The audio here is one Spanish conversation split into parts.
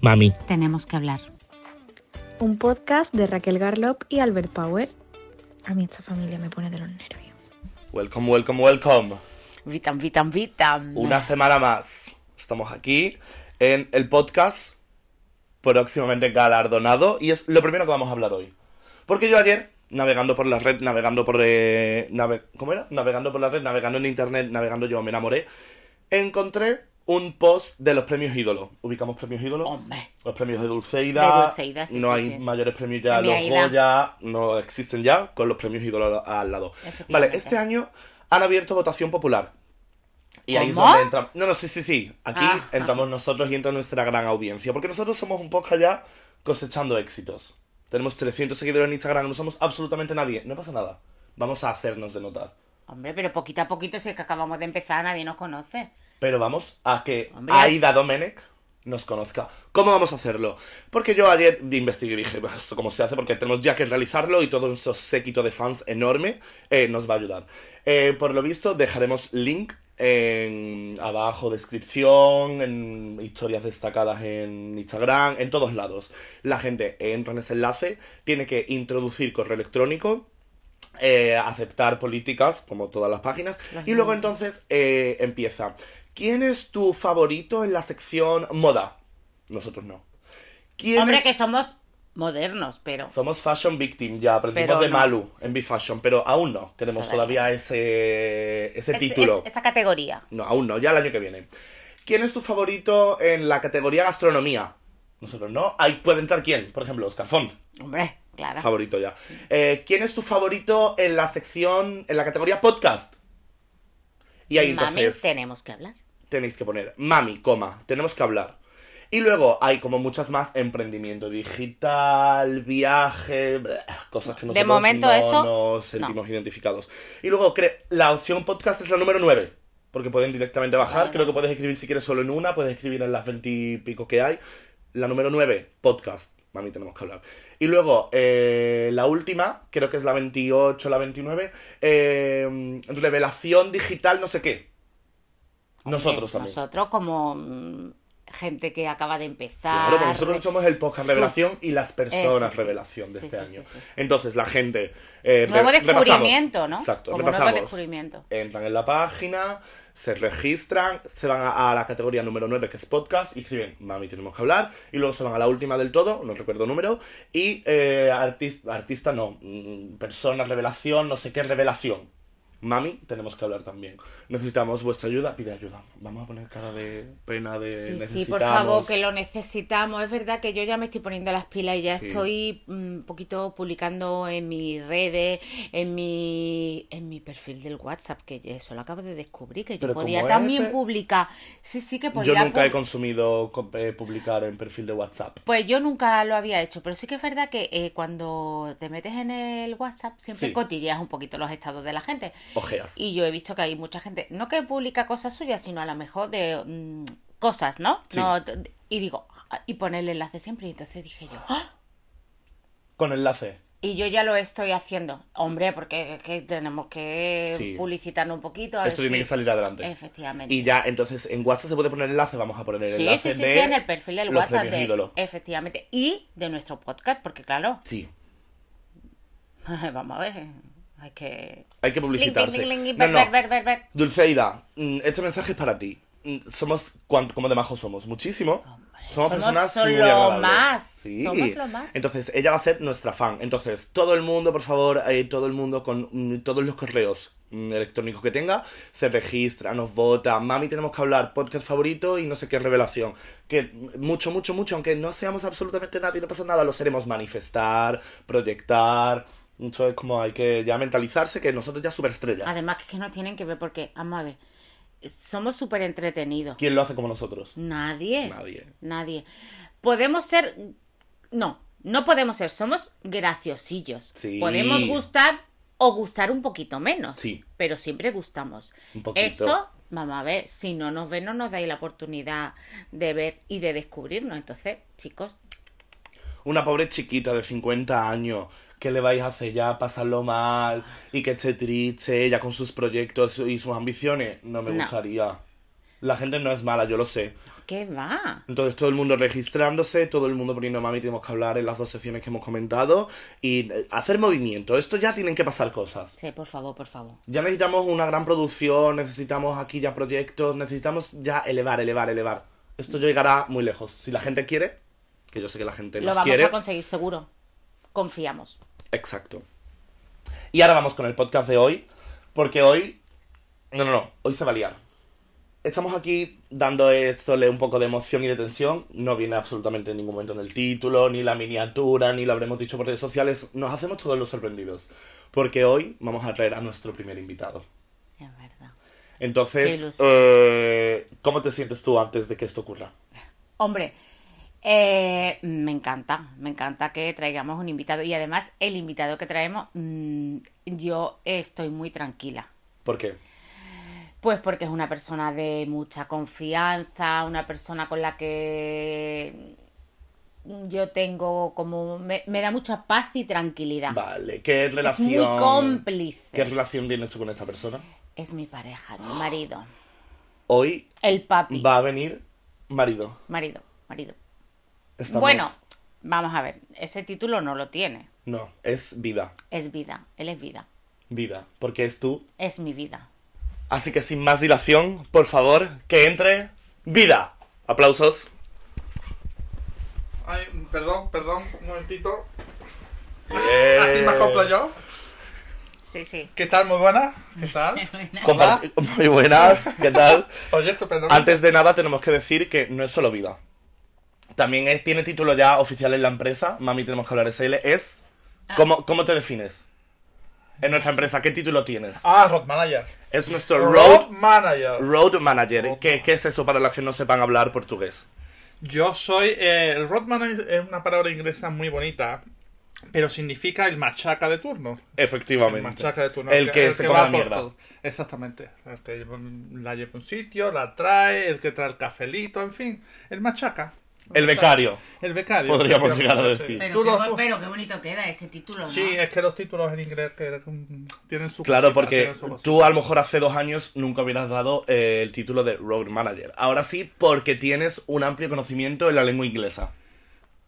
Mami, Tenemos que hablar. Un podcast de Raquel Garlop y Albert Power. A mí esta familia me pone de los nervios. Welcome, welcome, welcome. Vitam, vitam, vitam. Una semana más. Estamos aquí en el podcast próximamente galardonado y es lo primero que vamos a hablar hoy. Porque yo ayer, navegando por la red, navegando por... eh, nave- ¿Cómo era? Navegando por la red, navegando en internet, navegando yo, me enamoré, encontré un post de los premios ídolos. ¿Ubicamos premios ídolos? Hombre. Los premios de Dulceida. De Dulceida, sí, No sí, hay sí. mayores premios ya. Premio los Aida. Goya no existen ya con los premios ídolos al- al lado. Vale, Efectivamente. este año han abierto votación popular. Y ahí es ¿Cómo? donde entramos. No, no, sí, sí, sí. Aquí Ah. entramos nosotros y entra nuestra gran audiencia. Porque nosotros somos un podcast ya cosechando éxitos. Tenemos 300 seguidores en Instagram, no somos absolutamente nadie. No pasa nada. Vamos a hacernos de notar. Hombre, pero poquito a poquito, si es que acabamos de empezar, nadie nos conoce. Pero vamos a que Hombre. Aida Domenech nos conozca. ¿Cómo vamos a hacerlo? Porque yo ayer investigué y dije, "Bah, ¿esto cómo se hace? Porque tenemos ya que realizarlo y todo nuestro séquito de fans enorme eh, nos va a ayudar. Eh, por lo visto, dejaremos link en abajo descripción, en historias destacadas en Instagram, en todos lados. La gente entra en ese enlace, tiene que introducir correo electrónico, eh, aceptar políticas, como todas las páginas. Las y luego nuevas. entonces eh, empieza. ¿Quién es tu favorito en la sección moda? Nosotros no. ¿Quién Hombre, es- que somos modernos, pero. Somos fashion victim, ya aprendimos Pero de no. Malu en Be Fashion, pero aún no. Tenemos Todavía. todavía ese, ese Es- título. es- esa categoría. No, aún no, ya el año que viene. ¿Quién es tu favorito en la categoría gastronomía? Nosotros no. Ahí puede entrar quién, por ejemplo, Oscar Font. Hombre, claro. Favorito ya. Eh, ¿Quién es tu favorito en la sección, en la categoría podcast? Y ahí Mami, entonces tenemos que hablar. tenéis que poner mami, coma, tenemos que hablar. Y luego hay como muchas más emprendimiento digital, viaje, bleh, cosas que nosotros momento no eso, nos sentimos identificados. Y luego cre- la opción podcast es la número 9. Porque pueden directamente bajar. Vale. Creo que puedes escribir si quieres solo en una, puedes escribir en las 20 y pico que hay. La número 9, podcast. Mami, tenemos que hablar. Y luego, eh, la última, creo que es la 28, la 29, eh, revelación digital, no sé qué. Nosotros Eh, también. Nosotros, como mm, gente que acaba de empezar. Claro, porque nosotros somos el podcast Sí. Revelación y las personas Efectivamente. Revelación de Sí, este sí, año. sí, sí. Entonces, la gente. eh, Nuevo re- repasamos. descubrimiento, ¿no? Exacto, Como nuevo repasamos. descubrimiento. Entran en la página, se registran, se van a, a la categoría número 9, que es podcast, y escriben, mami, tenemos que hablar. Y luego se van a la última del todo, no recuerdo el número, y eh, artis- artista no, mm, persona, revelación, no sé qué revelación. Mami, tenemos que hablar también. Necesitamos vuestra ayuda, pide ayuda. Vamos a poner cara de pena de Sí, sí, por necesitamos. favor, que lo necesitamos. Es verdad que yo ya me estoy poniendo las pilas y ya Sí. estoy mm, un poquito publicando en mis redes, en mi, en mi perfil del WhatsApp, que eso lo acabo de descubrir, que yo Pero podía como es, también pe- publicar. Sí, sí, que podía Yo nunca he pues pu- consumido co- eh, publicar en perfil de WhatsApp. Pues yo nunca lo había hecho, pero sí que es verdad que eh, cuando te metes en el WhatsApp siempre Sí. cotilleas un poquito los estados de la gente. Ojeas. Y yo he visto que hay mucha gente, no que publica cosas suyas, sino a lo mejor de mm, cosas, ¿no? Sí. No, t- y digo, ah, y pone el enlace siempre. Y entonces dije yo, ¡ah! Con enlace. y yo ya lo estoy haciendo. Hombre, porque es que tenemos que Sí. publicitarnos un poquito. a Esto ver tiene que si- salir adelante. Pues Efectivamente. Y ya, entonces en WhatsApp se puede poner enlace. Vamos a poner el sí, enlace. sí, sí, de sí, en el perfil del los WhatsApp. premios de- eh, ídolo. efectivamente. Y de nuestro podcast, porque claro, Sí. vamos a ver, hay que... Hay que Link, link, publicitarse. link, link, link, No, ver, no. ver, ver, ver, ver. Dulceida, mm, este mensaje es para ti. Mm, Somos, cuan- como de majos somos? Muchísimo. somos somos personas solo muy agradables. más. Sí. Somos lo más. Entonces, ella va a ser nuestra fan. Entonces, todo el mundo, por favor, eh, todo el mundo con mm, todos los correos mm, electrónicos que tenga, se registra, nos vota, mami tenemos que hablar, podcast favorito y no sé qué revelación. Que mm, mucho, mucho, mucho, aunque no seamos absolutamente nadie, no pasa nada, lo seremos manifestar, proyectar. Eso es como hay que ya mentalizarse que nosotros ya superestrellas. Además, que es que no tienen que ver porque, vamos a ver, somos súper entretenidos. ¿Quién lo hace como nosotros? Nadie. Nadie. Nadie. Podemos ser. No, no podemos ser. Somos graciosillos. Sí. Podemos gustar o gustar un poquito menos. Sí. Pero siempre gustamos. Un poquito. Eso, vamos a ver, si no nos ven, no nos dais la oportunidad de ver y de descubrirnos. Entonces, chicos, Una pobre chiquita de 50 años que le vais a hacer ya pasarlo mal y que esté triste ella con sus proyectos y sus ambiciones. No me No. gustaría. La gente no es mala, yo lo sé. ¿Qué va? Entonces todo el mundo registrándose, todo el mundo poniendo mami, tenemos que hablar en las dos sesiones que hemos comentado y eh, hacer movimiento. Esto ya tienen que pasar cosas. Sí, por favor, por favor. Ya necesitamos una gran producción, necesitamos aquí ya proyectos, necesitamos ya elevar, elevar, elevar. Mm. Esto llegará muy lejos. Si la gente quiere, que yo sé que la gente Lo nos vamos quiere. a conseguir seguro. Confiamos. Exacto. Y ahora vamos con el podcast de hoy, porque hoy... No, no, no, hoy se va a liar. Estamos aquí dando esto un poco de emoción y de tensión. No viene absolutamente en ningún momento en el título, ni la miniatura, ni lo habremos dicho por redes sociales. Nos hacemos todos los sorprendidos. Porque hoy vamos a traer a nuestro primer invitado. Es verdad. Qué Entonces, ilusión. eh, ¿cómo te sientes tú antes de que esto ocurra? Hombre, eh, me encanta, me encanta que traigamos un invitado y además el invitado que traemos, mm, yo estoy muy tranquila. ¿Por qué? Pues porque es una persona de mucha confianza, una persona con la que yo tengo como... me, me da mucha paz y tranquilidad. Vale, ¿qué es relación... muy cómplice. ¿Qué relación tienes tú con esta persona? Es mi pareja, mi marido. Hoy El papi. va a venir marido. Marido, marido. Estamos- Bueno, vamos a ver, ese título no lo tiene. No, es vida. Es vida, él es vida, Vida. Porque es tú. es mi vida. Así que sin más dilación, por favor, que entre vida. Aplausos. Ay, perdón, perdón, un momentito. Aquí Bien. me acoplo yo. Sí, sí. ¿Qué tal? Muy buenas. ¿Qué tal? Comparti- Muy buenas. ¿Qué tal? Oye, estupendo. Antes de nada, tenemos que decir que no es solo vida. También es- tiene título ya oficial en la empresa. Mami, tenemos que hablar SL. Es. ¿Cómo, ¿Cómo te defines? En nuestra empresa, ¿qué título tienes? Ah, Road Manager. Es nuestro road, Manager. road manager. Road ¿Qué, ¿Qué es eso para los que no sepan hablar portugués? Yo soy. eh, el Road Manager es una palabra inglesa muy bonita, pero significa el machaca de turno. El Efectivamente. machaca de turno. El que, se come va la por mierda. todo. Exactamente. El que lleva- la lleva a un sitio, la trae, el que trae el cafelito, en fin. El machaca. El becario. El becario. Podríamos llegar a efectivamente, decir. sí. Pero, Tú qué, lo- bo- tú- pero qué bonito queda ese título, ¿no? Sí, es que los títulos en inglés que, mm, tienen su Claro, cosita, porque tienen su cosita. tú a lo mejor hace dos años nunca hubieras dado eh, el título de Road Manager. Ahora sí, porque tienes un amplio conocimiento en la lengua inglesa.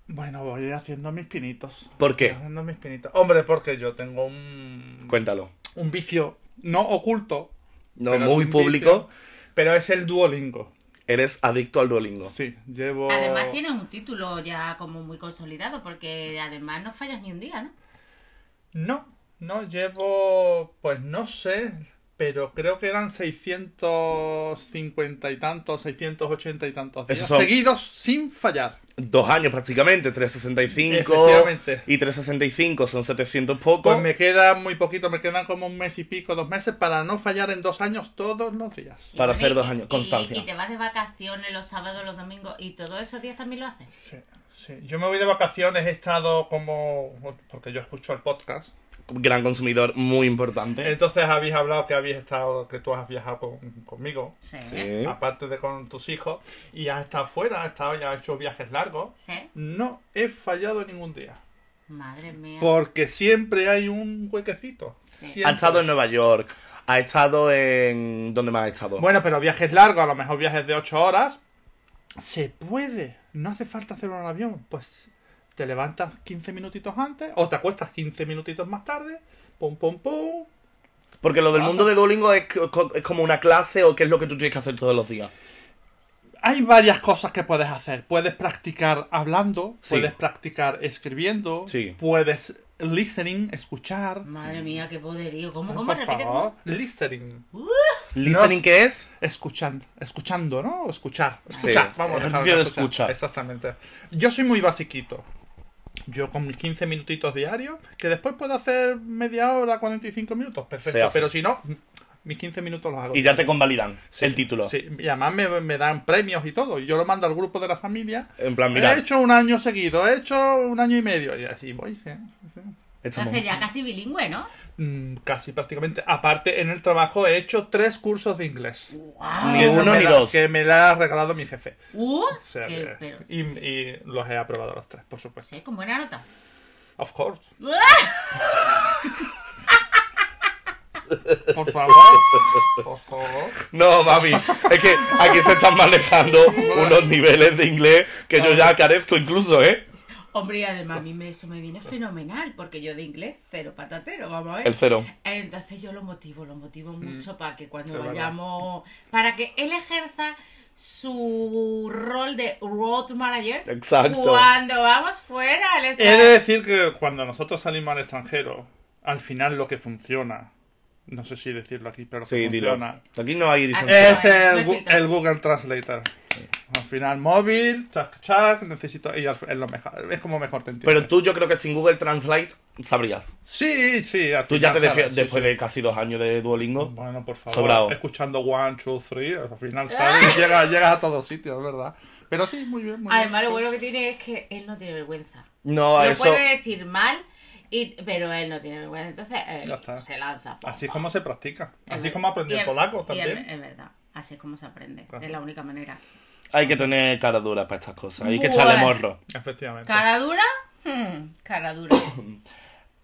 Bueno, voy a ir haciendo mis pinitos. ¿Por qué? Haciendo mis pinitos. Hombre, porque yo tengo un, Cuéntalo. un vicio no oculto. No pero es muy un público, vicio, pero es el Duolingo. eres adicto al Duolingo. Sí, llevo... Además tienes un título ya como muy consolidado porque además no fallas ni un día, ¿no? No, no, llevo... Pues no sé, pero creo que eran 650 y tantos, 680 y tantos días. Esos son- Seguidos sin fallar. Dos años prácticamente, 365 Efectivamente. y 365 son 700 poco. Pues me queda muy poquito, me quedan como un mes y pico, dos meses, para no fallar en dos años todos los días. Para Y hacer bueno, dos años, y- constancia. Y, te vas de vacaciones los sábados, los domingos y todos esos días también lo haces. Sí, sí. Yo me voy de vacaciones, he estado como... porque yo escucho el podcast. Gran consumidor, muy importante. Entonces habéis hablado que habéis estado, que tú has viajado con- conmigo, Sí. Sí. aparte de con tus hijos, y has estado fuera, has estado, ya has hecho viajes largos. Sí. No he fallado ningún día. Madre mía. Porque siempre hay un huequecito. Sí. Siempre. Ha estado en Nueva York, ha estado en... ¿Dónde más ha estado? Bueno, pero viajes largos, a lo mejor viajes de 8 horas, se puede. No hace falta hacerlo en el avión. Pues te levantas 15 minutitos antes o te acuestas 15 minutitos más tarde. Pum, pum, pum. Porque ah, lo del mundo de Duolingo es, co- es como una clase o qué es lo que tú tienes que hacer todos los días. Hay varias cosas que puedes hacer. Puedes practicar hablando, Sí. puedes practicar escribiendo, Sí. puedes listening, escuchar. Madre mía, qué poderío. ¿Cómo, cómo? Por Repite, favor, ¿cómo? listening. ¿Listening qué es? Escuchando, escuchando, ¿no? Escuchar, Sí, escuchar, vamos a ejercicio dejarlo de escuchar. escucha. Exactamente. Yo soy muy basiquito. Yo con mis 15 minutitos diarios, que después puedo hacer media hora, 45 minutos, Se perfecto. hace. Pero si no, mis 15 minutos los hago. Y ya te convalidan el título. Sí, y además me, me dan premios y todo. Y yo lo mando al grupo de la familia. En plan, He Ah, mira, hecho un año seguido, he hecho un año y medio. Y así voy, sí, sí. estamos- Entonces ya casi bilingüe, ¿no? Mm, Casi prácticamente. Aparte, en el trabajo he hecho tres cursos de inglés. ni Que no uno me ni la- dos. Que me la ha regalado mi jefe. Uh, O sea, qué- que- pero- y, y los he aprobado los tres, por supuesto. Sí, con buena nota. Of course. Por favor. Por favor. No, mami, es que aquí se están manejando unos niveles de inglés que yo ya carezco incluso, ¿eh? Hombre, y además a mí me- eso me viene fenomenal, porque yo de inglés, cero patatero, vamos a ver. El cero. Entonces yo lo motivo, lo motivo Mm. mucho para que cuando es verdad. vayamos, para que él ejerza su rol de road manager. Exacto. Cuando vamos fuera, él está- He de decir que cuando nosotros salimos al extranjero, al final lo que funciona, no sé si decirlo aquí, pero lo que Sí, dilo. funciona, Aquí no hay Eh. licencia. es el, No hay Gu- filtro. el Google Translator. Al final móvil, chac, chac, necesito... Y al- es, lo mejor, es como mejor te entiendes. Pero tú yo creo que sin Google Translate sabrías. Sí, sí, al Tú ya final te sabes, defi- sí, después sí. de casi dos años de Duolingo. Bueno, por favor, Sobrao. escuchando one, two, three, al Ah. final sales, llegas, llegas a todos sitios, es verdad. Pero sí, muy bien, muy bien. Además, lo bueno que tiene es que él no tiene vergüenza. No, a lo eso... puede decir mal, y... pero él no tiene vergüenza. Entonces, él Ya está. se lanza. pum, Así es pam. como se practica. Es Así ver- es como aprendí y el es- y polaco es- también. Es, verdad, así es como se aprende. Claro. Es la única manera. Hay que tener cara dura para estas cosas. Hay que Bueno. echarle morro. Efectivamente. Cara dura, hmm, cara dura.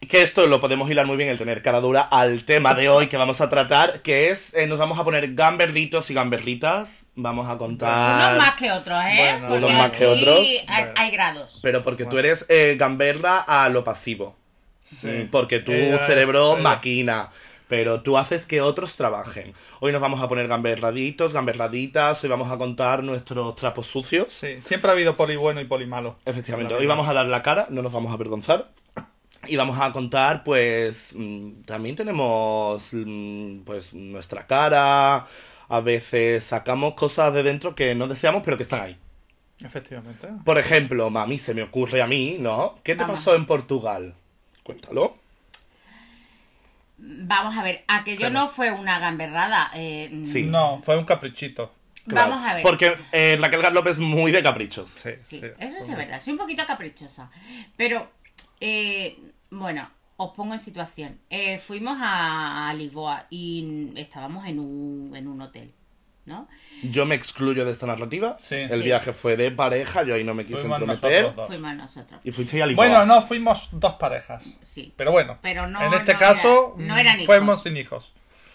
Que esto lo podemos hilar muy bien, el tener cara dura, al tema de hoy que vamos a tratar, que es, eh, nos vamos a poner gamberritos y gamberritas. Vamos a contar... Unos más que otros, ¿eh? Bueno, Porque Ah, unos más que aquí otros. Hay, Bueno. hay grados. Pero porque tú eres eh, gamberra a lo pasivo. Mm, Sí. Porque tu Eh, cerebro eh, maquina. Pero tú haces que otros trabajen. Hoy nos vamos a poner gamberraditos, gamberraditas. Hoy vamos a contar nuestros trapos sucios. Sí, siempre ha habido poli bueno y poli malo. Efectivamente, La hoy verdad. vamos a dar la cara, no nos vamos a avergonzar. Y vamos a contar, pues, mm, también tenemos, mm, pues, nuestra cara. A veces sacamos cosas de dentro que no deseamos, pero que están ahí. Efectivamente. Por ejemplo, mami, se me ocurre a mí, ¿no? ¿Qué te Mamá. pasó en Portugal? Cuéntalo. Vamos a ver, aquello Claro. no fue una gamberrada. eh, Sí. No, fue un caprichito. Claro, Vamos a ver. Porque eh, Raquel Garlop es muy de caprichos. Sí, Sí, sí. eso sí Fue- es verdad. Soy un poquito caprichosa. Pero, eh, bueno, os pongo en situación. Eh, fuimos a, a Lisboa y estábamos en un, en un hotel, ¿no? Yo me excluyo de esta narrativa. Sí. El Sí. viaje fue de pareja, yo ahí no me quise Fuimos entrometer. nosotros dos. Fuimos nosotros. Y fuiste a Lisboa. Bueno, no, fuimos dos parejas. Sí. Pero bueno, Pero no- en este no caso era- no mm, eran hijos. fuimos sin hijos.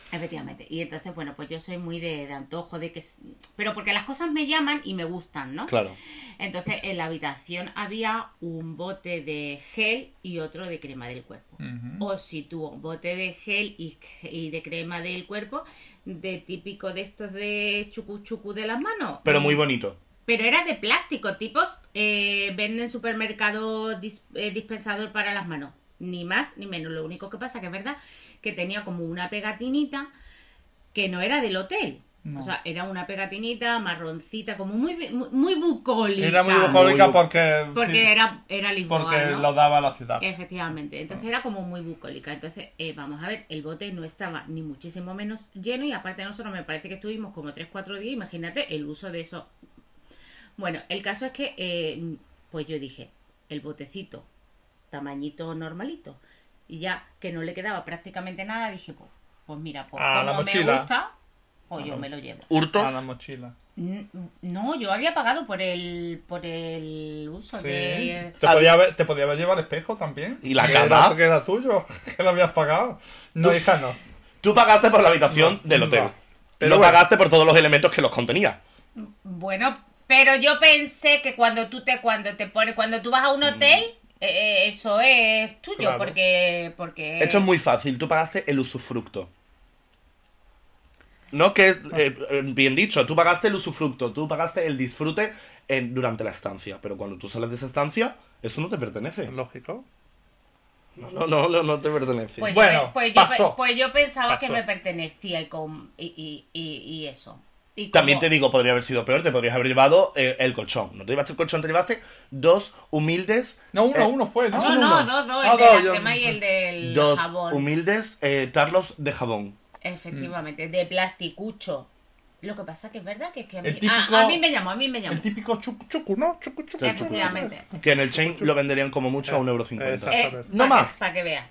Efectivamente. Y entonces, bueno, pues yo soy muy de, de antojo, de que... s- Pero porque las cosas me llaman y me gustan, ¿no? Claro. Entonces, en la habitación había un bote de gel y otro de crema del cuerpo. O si tú, bote de gel y, y de crema del cuerpo, de típico de estos de chucu chucu de las manos. Pero muy bonito. Pero era de plástico, tipos eh, venden en supermercado dis- eh, dispensador para las manos. Ni más ni menos. Lo único que pasa que es verdad que tenía como una pegatinita que no era del hotel. No. O sea, era una pegatinita marroncita, como muy, bi- muy, muy bucólica. Era muy bucólica bu- porque, Porque sí, era, era Lisboa, porque ¿no? lo daba la ciudad. Efectivamente, entonces era como muy bucólica. Entonces, eh, vamos a ver, el bote no estaba ni muchísimo menos lleno y aparte nosotros me parece que estuvimos como 3-4 días, imagínate el uso de eso. Bueno, el caso es que, eh, pues yo dije, el botecito, tamañito normalito, y ya que no le quedaba prácticamente nada, dije, pues, pues mira, pues Ah, la como me mochila. gusta, pues yo me lo llevo. Hurtos. A la mochila. N- No, yo había pagado por el, por el uso Sí. de... Te, podía haber, te podía haber llevado el espejo también. ¿Y la que cama? Era, que era tuyo, que lo habías pagado. No, hija, no. Tú pagaste por la habitación del hotel. no. Pero Pero bueno. pagaste por todos los elementos que los contenía. Bueno, pero yo pensé que cuando tú te cuando te pones cuando tú vas a un hotel eh, eh, eso es tuyo Claro. porque porque Esto es muy fácil. Tú pagaste el usufructo. No que es eh, eh, bien dicho, tú pagaste el usufructo, tú pagaste el disfrute en- durante la estancia, pero cuando tú sales de esa estancia, eso no te pertenece. Lógico. No, no, no, no, no te pertenece. pues, yo, Bueno, pe- pues, yo, pe- pasó. pues yo pensaba que Pasó. me pertenecía y con y, y, y- y eso. Y También como- te digo, podría haber sido peor, te podrías haber llevado eh, el colchón. No te llevaste el colchón, te llevaste dos humildes. No, uno, eh, uno fue. ¿no? ah, No, solo no, uno. dos, dos, Ah, el de dos, la yo- crema y el del dos jabón. humildes eh, tarlos de jabón. Efectivamente, de plasticucho. Lo que pasa que es verdad que es que a mí, El ah, típico- a mí me llamó, a mí me llamó. El típico chucu chucu, ¿no? Chucu chucu. El chucu, Efectivamente. Que en el chain lo venderían como mucho a Eh, 1,50€. exacto. Pues Eh, No pa' más. que- Para que veas.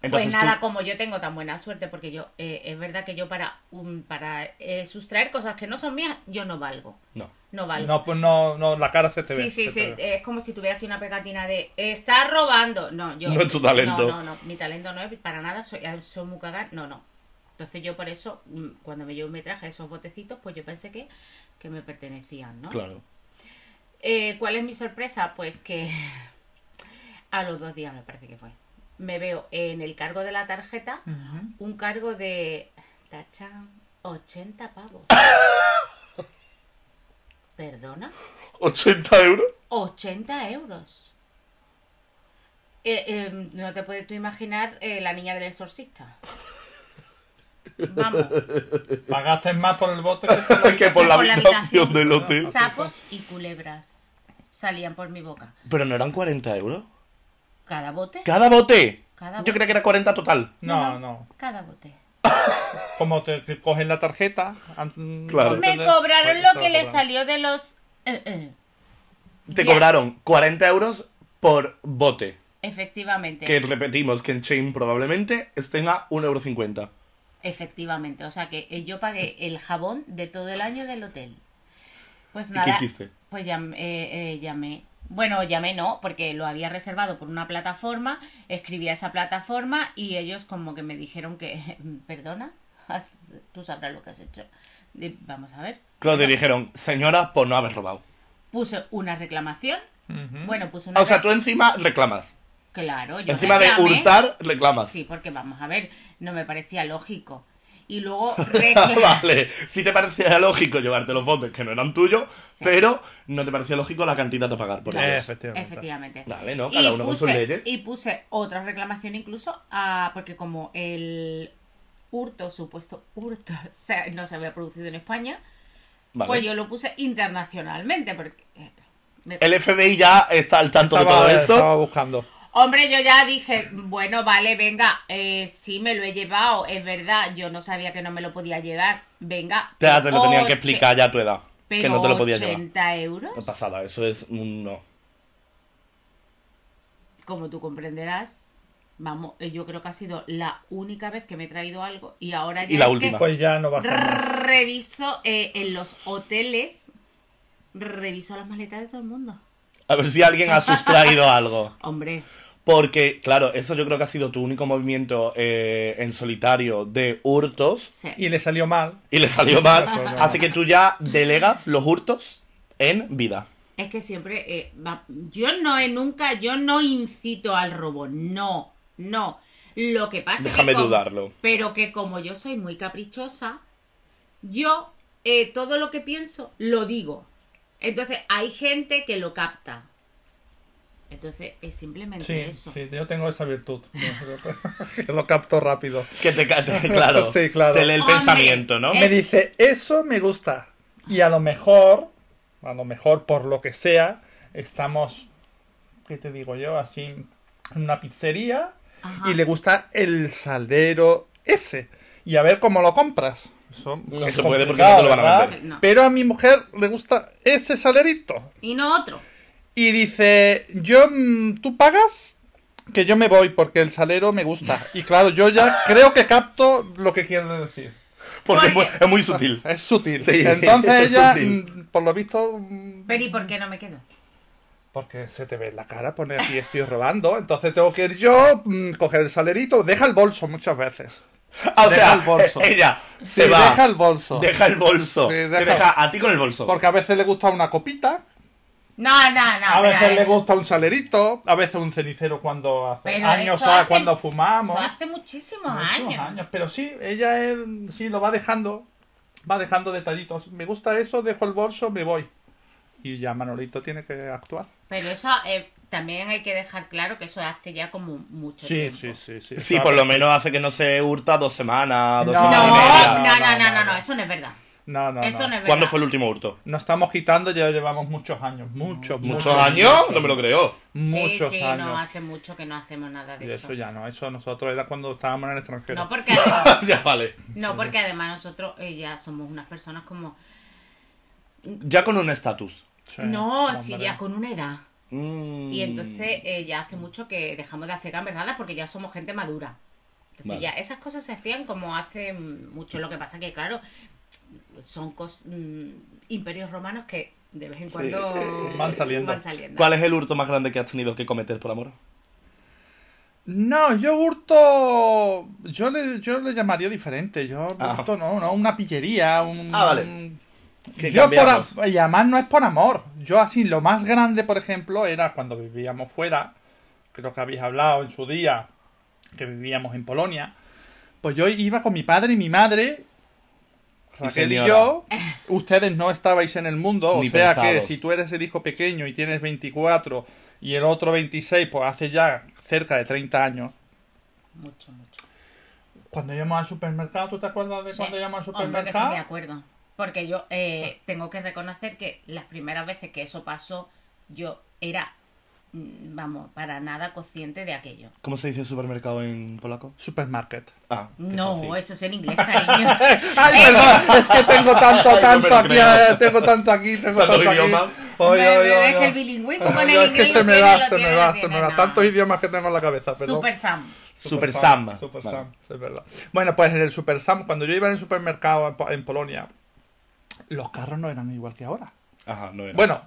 Entonces pues nada, tú- como yo tengo tan buena suerte, porque yo eh, es verdad que yo para un, para eh, sustraer cosas que no son mías, yo no valgo. No. No valgo. No, pues no, no, la cara se te ve. sí, sí, se sí. te ve. eh, Es como si tuvieras aquí una pegatina de está robando. No, yo. No es tu talento. No, no, no, Mi talento no es para nada. ah, Soy, eh, soy muy cagada. No, no. Entonces yo por eso, mm, cuando me, yo me traje esos botecitos, pues yo pensé que, que me pertenecían, ¿no? Claro. Eh, ¿Cuál es mi sorpresa? Pues que a los dos días me parece que fue. Me veo en el cargo de la tarjeta Ujú. un cargo de... Tachan, 80 pavos. ¿Perdona? 80 euros. 80 euros. Eh, eh, no te puedes tú imaginar eh, la niña del exorcista. Vamos, Pagaste más por el bote que por que por la habitación del hotel. sapos y culebras salían por mi boca. Pero no eran 40 euros. Cada bote, Cada bote. Cada bote. Yo creía que era 40 total. No, no. cada bote. Como te, te cogen la tarjeta. an- Claro. antes Me de- cobraron Pues, lo te que le cobran. salió de los... eh, eh. Te Ya. cobraron 40 euros por bote. Efectivamente. Que repetimos que en Chain probablemente tenga 1,50 euro. Efectivamente, o sea que eh, yo pagué el jabón de todo el año del hotel. Pues ¿Y nada. qué hiciste? Pues llam- eh, eh, llamé. Bueno, llamé no, porque lo había reservado por una plataforma, escribí a esa plataforma y ellos como que me dijeron que, perdona, has- tú sabrás lo que has hecho. Y vamos a ver. Claro, te dijeron, señora, por no haber robado. Puse una reclamación. Ujú. Bueno, puse una... Ah, o sea, re- tú encima reclamas. Claro, yo Encima de reclamé. hurtar, reclamas. Sí, porque vamos a ver, no me parecía lógico. Y luego reclamé... vale, sí te parecía lógico llevarte los botes que no eran tuyos, Sí. pero no te parecía lógico la cantidad a pagar por Eh, ellos. efectivamente. Efectivamente. Vale, ¿no? Cada uno con sus leyes. y puse otra reclamación incluso, ah, porque como el hurto, supuesto hurto, se- no se había producido en España, Vale. pues yo lo puse internacionalmente, porque... eh, me- El FBI ya está al tanto Estaba, de todo esto. estaba buscando. Hombre, yo ya dije, bueno, vale, venga, eh, sí me lo he llevado, es verdad, yo no sabía que no me lo podía llevar, venga. Te, te lo tenían que oche- explicar ya a tu edad. Pero que no te lo podías llevar. 80 euros, No pasa nada, eso es un no. como tú comprenderás, vamos, eh, yo creo que ha sido la única vez que me he traído algo y ahora ya Y la es última. que Pues ya no va a ser más. reviso eh, en los hoteles, reviso las maletas de todo el mundo. A ver si alguien ha sustraído algo. Hombre, Porque, claro, eso yo creo que ha sido tu único movimiento eh, en solitario de hurtos sí. Y le salió mal. y le salió mal. Eso no. Así que tú ya delegas los hurtos en vida. es que siempre, eh, va- yo no he nunca, yo no incito al robo, no, no. Lo que pasa Déjame es que como- dudarlo. pero que como yo soy muy caprichosa, yo eh, todo lo que pienso lo digo. Entonces hay gente que lo capta. Entonces es simplemente Sí, eso. sí, yo tengo esa virtud. Que lo capto rápido. Que te, ca- te- claro, Sí, claro. te lee el Hombre, pensamiento, ¿no? eh, Me dice, eso me gusta. Y a lo mejor, a lo mejor por lo que sea, estamos, ¿qué te digo yo? Así, en una pizzería Ajá. y le gusta el saldero ese. Y a ver cómo lo compras. Eso No es se puede porque complicado, no te lo van a ¿verdad? vender. No. Pero a mi mujer le gusta ese salerito. Y no otro. Y dice, yo, mm, tú pagas que yo me voy porque el salero me gusta. Y claro, yo ya creo que capto lo que quiere decir. Porque es muy, porque- es muy sutil. Es sutil. Sí, es Entonces ella, sutil. mm, por lo visto, mm, Pero ¿y por qué no me quedo? porque se te ve en la cara, pone aquí estoy robando, entonces tengo que ir yo, mm, coger el salerito, deja el bolso muchas veces. Ah, o Deja sea, el bolso. eh, ella Sí, se va. deja el bolso. Deja el bolso. Sí, Te deja- deja a ti con el bolso. Porque a veces le gusta una copita, No, no, no. a pero veces le eso- gusta un salerito, a veces un cenicero cuando hace Pero años, eso ah, hace- cuando fumamos. Eso hace muchísimos Muchos años. años, Pero sí, ella eh, sí lo va dejando, va dejando detallitos. Me gusta eso, dejo el bolso, me voy. Y ya Manolito tiene que actuar. Pero eso eh, también hay que dejar claro que eso hace ya como mucho Sí, tiempo. sí, sí, sí. Sí, por lo menos hace que no se hurta dos semanas, dos No. No, semanas y media. no, no, no, no, no, no. eso no es verdad. No, no, eso no, es verdad. ¿Cuándo fue el último hurto? Nos estamos quitando, ya llevamos muchos años. Muchos, ¿Muchos años? No me lo creo. Muchos sí, sí, años. no, hace mucho que no hacemos nada de Y eso. eso ya no, eso nosotros era cuando estábamos en el extranjero. No porque, además, ya vale. no, porque además nosotros eh, ya somos unas personas como... Ya con un estatus. Sí, no, hombre. sí, ya con una edad. Mm. Y entonces eh, ya hace mucho que dejamos de hacer gamberradas porque ya somos gente madura. Entonces Vale. ya esas cosas se hacían como hace mm, mucho. Lo que pasa que, claro, son cos- mm, imperios romanos que de vez en cuando Van saliendo. van saliendo. ¿Cuál es el hurto más grande que has tenido que cometer por amor? No, yo hurto. Yo le, yo le llamaría diferente. Yo Ah. hurto no, no, una pillería, un. Ah, vale. un- Que Yo por, cambiamos. a- y además no es por amor. Yo así, lo más grande, por ejemplo, era cuando vivíamos fuera. Creo que habéis hablado en su día que vivíamos en Polonia. Pues yo iba con mi padre y mi madre. Raquel y, señora. yo. Ustedes no estabais en el mundo. Ni o sea que pensados. si tú eres el hijo pequeño y tienes 24 y el otro 26, pues hace ya cerca de 30 años. Mucho, mucho. Cuando íbamos al supermercado, ¿tú te acuerdas de cuando Sí, íbamos al hombre, que sí, supermercado? de acuerdo. Porque yo eh, tengo que reconocer que las primeras veces que eso pasó, yo era, mm, vamos, para nada consciente de aquello. ¿Cómo se dice supermercado en polaco? Supermarket. Ah, qué No, fácil. eso es en inglés, cariño. Ay, perdón, es que tengo tanto, Eh, Ay, no me tanto lo aquí, creo. eh, tengo tanto aquí, tengo Tantos tanto, aquí. idiomas. Oy, Ve, oy, ve, oy, es que oy. el bilingüismo Ay, con el no, inglés es que se lo me tiene, va, lo se tiene, me lo va, se tiene, me va. no. Tantos idiomas que tengo en la cabeza, perdón. Super Sam. Super Sam. Super Vale. Sam, es verdad. Bueno, pues en el Super Sam, cuando yo iba en el supermercado en Po- en Polonia, los carros no eran igual que ahora. Ajá, no era. Bueno,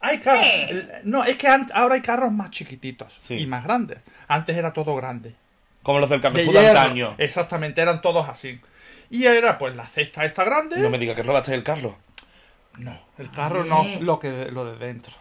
hay carros. Sí. eh, No, es que an- ahora hay carros más chiquititos Sí. y más grandes. Antes era todo grande. Como los del De Carrefour de Eh, hierro. antaño. Exactamente, eran todos así. Y era pues la cesta esta grande. No me diga que robaste el Carlos. No, el carro no, Hombre. lo que lo de dentro.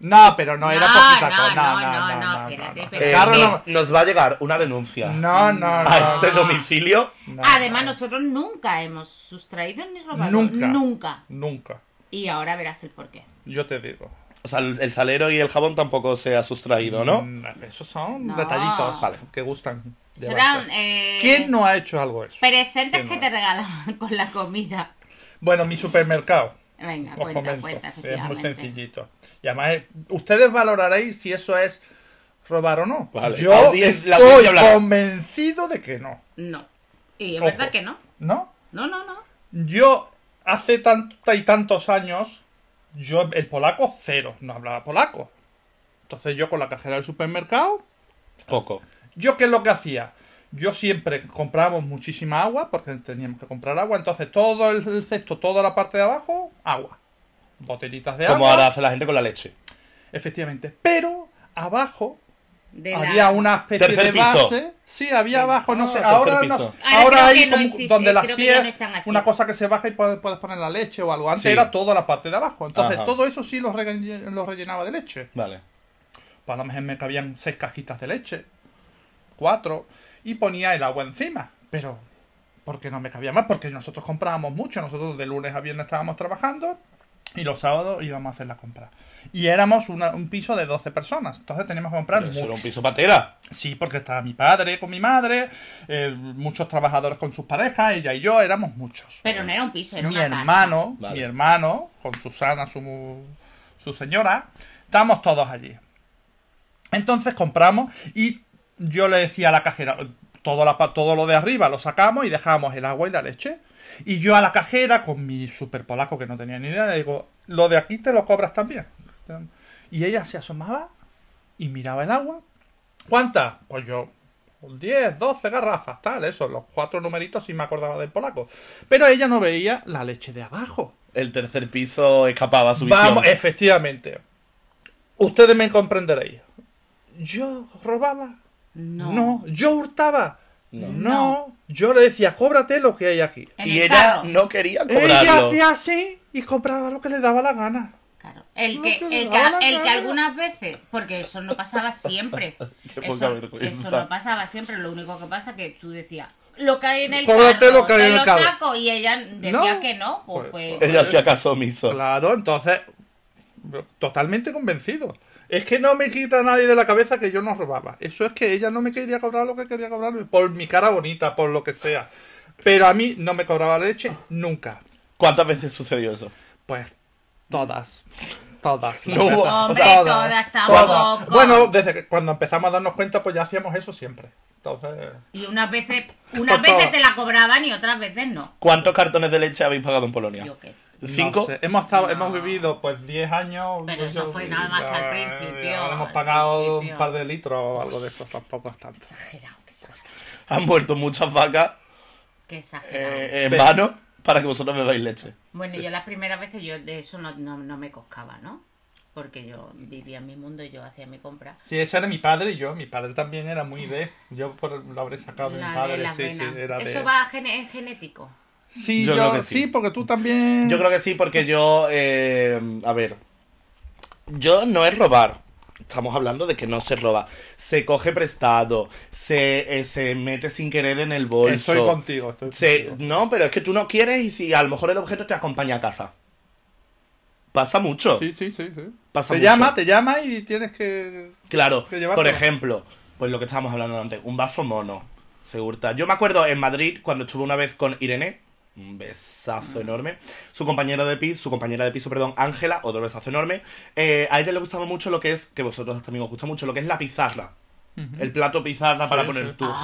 No, pero no, era No, poquita no, cosa. no, No, no, no, no, no, no, espérate, espérate. no. Este El Eh, carro nos, no. nos va a llegar una denuncia No, no, a no, este no, domicilio. no. Además, nosotros nunca hemos sustraído ni robado. Nunca. Nunca. Nunca. Y ahora verás el porqué. Yo te digo. O sea, el, el salero y el jabón tampoco se ha sustraído, ¿no? Mm, Esos son No. detallitos Vale. que gustan. Serán llevarse. eh, ¿Quién no ha hecho algo eso? presentes ¿Quién que no? te regalaban con la comida. Bueno, mi supermercado. Venga, Os cuenta, comento. cuenta, es muy efectivamente. sencillito. Y además, eh, ustedes valoraréis si eso es robar o no. Vale. Yo Audiencia- la estoy audiencia hablará. convencido de que no. No. Y es Ojo. verdad que no. ¿No? No, no, no. Yo, hace tantos y tantos años, yo el polaco cero, no hablaba polaco. Entonces yo con la cajera del supermercado, Poco. ¿yo qué es lo que hacía? Yo siempre comprábamos muchísima agua, porque teníamos que comprar agua, entonces todo el, el cesto, toda la parte de abajo, agua. Botellitas de Como agua. ahora hace la gente con la leche. Efectivamente. Pero abajo De había la- una especie Tercer de piso. base. Sí, había Sí. abajo, no Ah, sé. tercer Ahora, no, piso. ahora Ahora creo hay que no como- existe, donde las creo que ya pies, no están así. una cosa que se baja y puedes, puedes poner la leche o algo. Antes Sí. era toda la parte de abajo. Entonces Ajá. todo eso sí lo, relle- lo rellenaba de leche. Vale. Para lo mejor me cabían seis cajitas de leche, cuatro, y ponía el agua encima. Pero, porque no me cabía más? Porque nosotros comprábamos mucho. Nosotros de lunes a viernes estábamos trabajando y los sábados íbamos a hacer la compra. Y éramos una- un piso de 12 personas. Entonces teníamos que comprar Pero eso mucho. era un piso patera. Sí, porque estaba mi padre con mi madre, eh, muchos trabajadores con sus parejas, ella y yo, éramos muchos. Pero no era un piso, era mi una casa. hermano, Vale. mi hermano, con Susana, su, su señora, estábamos todos allí. Entonces compramos y yo le decía a la cajera, todo, la pa- todo lo de arriba lo sacamos y dejamos el agua y la leche. Y yo a la cajera, con mi super polaco que no tenía ni idea, le digo, lo de aquí te lo cobras también. Y ella se asomaba y miraba el agua. ¿Cuántas? Pues yo, 10, 12 garrafas, tal, eso, los cuatro numeritos sí me acordaba del polaco. Pero ella no veía la leche de abajo. El tercer piso escapaba a su Vamos, visión. efectivamente. Ustedes me comprenderéis. Yo robaba. No. No. Yo hurtaba. No. No. No. Yo le decía, cóbrate lo que hay aquí. En Y el ella carro. no quería Ella cobrarlo. hacía así y compraba lo que le daba la gana. Claro. El No que, te el, que, daba la el que gana. algunas veces, porque eso no pasaba siempre. Qué poca eso, vergüenza. eso no pasaba siempre. Lo único que pasa es que tú decías, lo que hay en el Cóbrate carro, lo que hay te en el lo carro. saco. Y ella decía No. que no. Pues, Pues- pues, Ella hacía caso omiso. Claro, entonces, totalmente convencido. Es que no me quita a nadie de la cabeza que yo no robaba. Eso es que ella no me quería cobrar lo que quería cobrar por mi cara bonita, por lo que sea. Pero a mí no me cobraba leche nunca. ¿Cuántas veces sucedió eso? Pues todas. Todas. la No hubo- verdad. Hombre, todas tampoco. Bueno, desde que cuando empezamos a darnos cuenta, pues ya hacíamos eso siempre. Entonces, Y unas veces, unas Por todo. veces te la cobraban y otras veces no. ¿Cuántos cartones de leche habéis pagado en Polonia? Yo qué sé. no ¿Cinco? sé. Hemos, estado, No. hemos vivido pues 10 años. Pero eso yo- fue nada más que al ya- principio, ya Hemos al pagado principio. un par de litros o algo de eso, tampoco es tanto. Exagerado, qué exagerado. Han muerto muchas vacas Qué exagerado. eh, en Ah, Pero- vano para que vosotros bebáis leche. bueno, yo las primeras veces yo de eso no, no, no me coscaba, ¿no? porque yo vivía en mi mundo y yo hacía mi compra. Sí, eso era mi padre y yo. Mi padre también era muy de. Yo por, lo habré sacado de mi La de padre. las sí, sí, venas. era Eso de. va gene- es genético. Sí, Yo yo, creo que sí. sí. porque tú también. Yo creo que sí, porque yo. eh, a ver. Yo no es robar. Estamos hablando de que no se roba. Se coge prestado. Se, eh, se mete sin querer en el bolso. Estoy contigo. Estoy Se- contigo. no, pero es que tú no quieres y si a lo mejor el objeto te acompaña a casa. Pasa mucho. Sí, sí, sí. sí. Pasa Te mucho. llama, te llama y tienes que. Claro, Que llevar por todo. ejemplo, pues lo que estábamos hablando antes, un vaso mono, se hurta. Yo me acuerdo en Madrid, cuando estuve una vez con Irene, un besazo enorme, su compañera de piso, su compañera de piso, perdón, Ángela, otro besazo enorme, eh, a ella le gustaba mucho lo que es, que vosotros también os gusta mucho, lo que es la pizarra. Ujú. El plato pizarra Sí, para poner sí. tu Ah,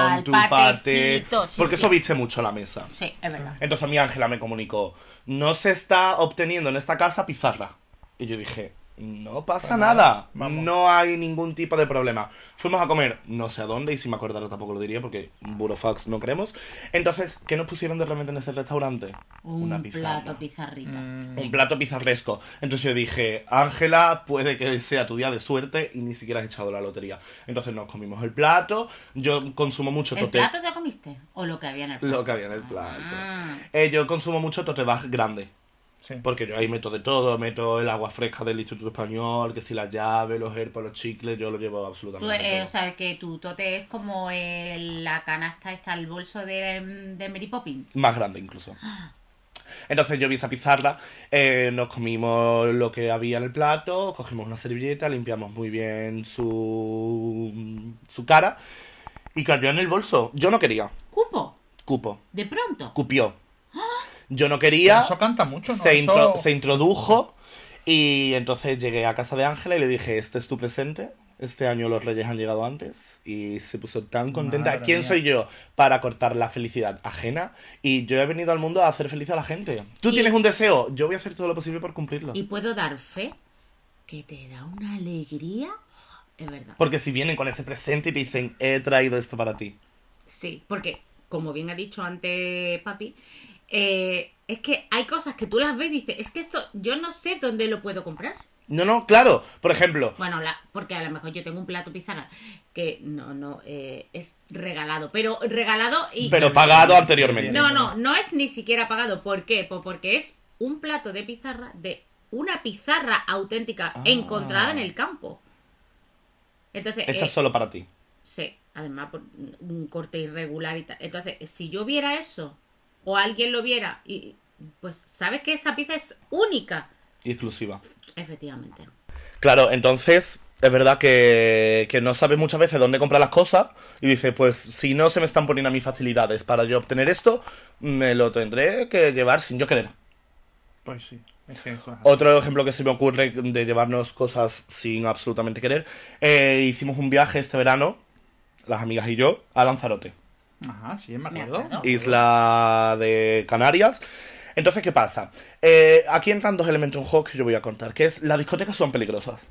jamón, el tu pate, patecito, sí, porque sí. eso viste mucho la mesa. Sí, es verdad. Entonces a mí Ángela me comunicó, no se está obteniendo en esta casa pizarra. Y yo dije, no pasa Pues nada, nada, vamos. no hay ningún tipo de problema. Fuimos a comer, no sé a dónde, y si me acordara tampoco lo diría porque burofax no creemos. Entonces, ¿qué nos pusieron de repente en ese restaurante? Un plato pizarrita. Mm, Un plato pizarresco. Entonces yo dije, Ángela, puede que sea tu día de suerte y ni siquiera has echado la lotería. Entonces nos comimos el plato, yo consumo mucho ¿El tote- plato te comiste? ¿O lo que había en el plato? Lo que había en el plato. Ah. Eh, yo consumo mucho totebag grande. sí. Porque yo ahí meto de todo, meto el agua fresca del Instituto Español, que si las llaves, los herpos, los chicles, yo lo llevo Tú, absolutamente eh, todo. o sea, que tu tote es como el- la canasta, está el bolso de, em, de Mary Poppins. Más grande incluso. Entonces yo vi esa pizarra, eh, nos comimos lo que había en el plato, cogimos una servilleta, limpiamos muy bien su, su cara y cayó en el bolso. Yo no quería, ¿Cupo? cupo, ¿De pronto? cupió. Yo no Pero quería... Eso canta mucho, ¿no? se, Eso- intro- se introdujo y entonces llegué a casa de Ángela y le dije, este es tu presente. Este año los reyes han llegado antes y se puso tan contenta. Madre ¿Quién mía. soy yo para cortar la felicidad ajena? Y yo he venido al mundo a hacer feliz a la gente. Tú Y- tienes un deseo, yo voy a hacer todo lo posible por cumplirlo. Y puedo dar fe que te da una alegría. Es verdad. Porque si vienen con ese presente y te dicen, he traído esto para ti. Sí, porque, como bien ha dicho antes papi, eh, es que hay cosas que tú las ves y dices, es que esto yo no sé dónde lo puedo comprar. No, no, claro. Por ejemplo, Bueno, la- porque a lo mejor yo tengo un plato pizarra que no, no, eh, es regalado, pero regalado y... pero pagado anteriormente. No, no, no es ni siquiera pagado. ¿Por qué? Pues porque es un plato de pizarra de una pizarra auténtica Ah. encontrada en el campo. Entonces, Hecha eh, solo para ti. sí, además por un corte irregular y tal. Entonces, si yo viera eso o alguien lo viera y pues sabes que esa pieza es única, Y exclusiva. efectivamente. Claro, entonces es verdad que, que no sabes muchas veces dónde comprar las cosas y dices, pues si no se me están poniendo a mis facilidades para yo obtener esto, me lo tendré que llevar sin yo querer. Pues sí. Es que eso es así. Otro ejemplo que se me ocurre de llevarnos cosas sin absolutamente querer, eh, hicimos un viaje este verano, las amigas y yo, a Lanzarote. Ajá, sí, me Me acuerdo. acuerdo. isla de Canarias. Entonces, ¿qué pasa? Eh, aquí entran dos elementos en juego que yo voy a contar, que es las discotecas son peligrosas.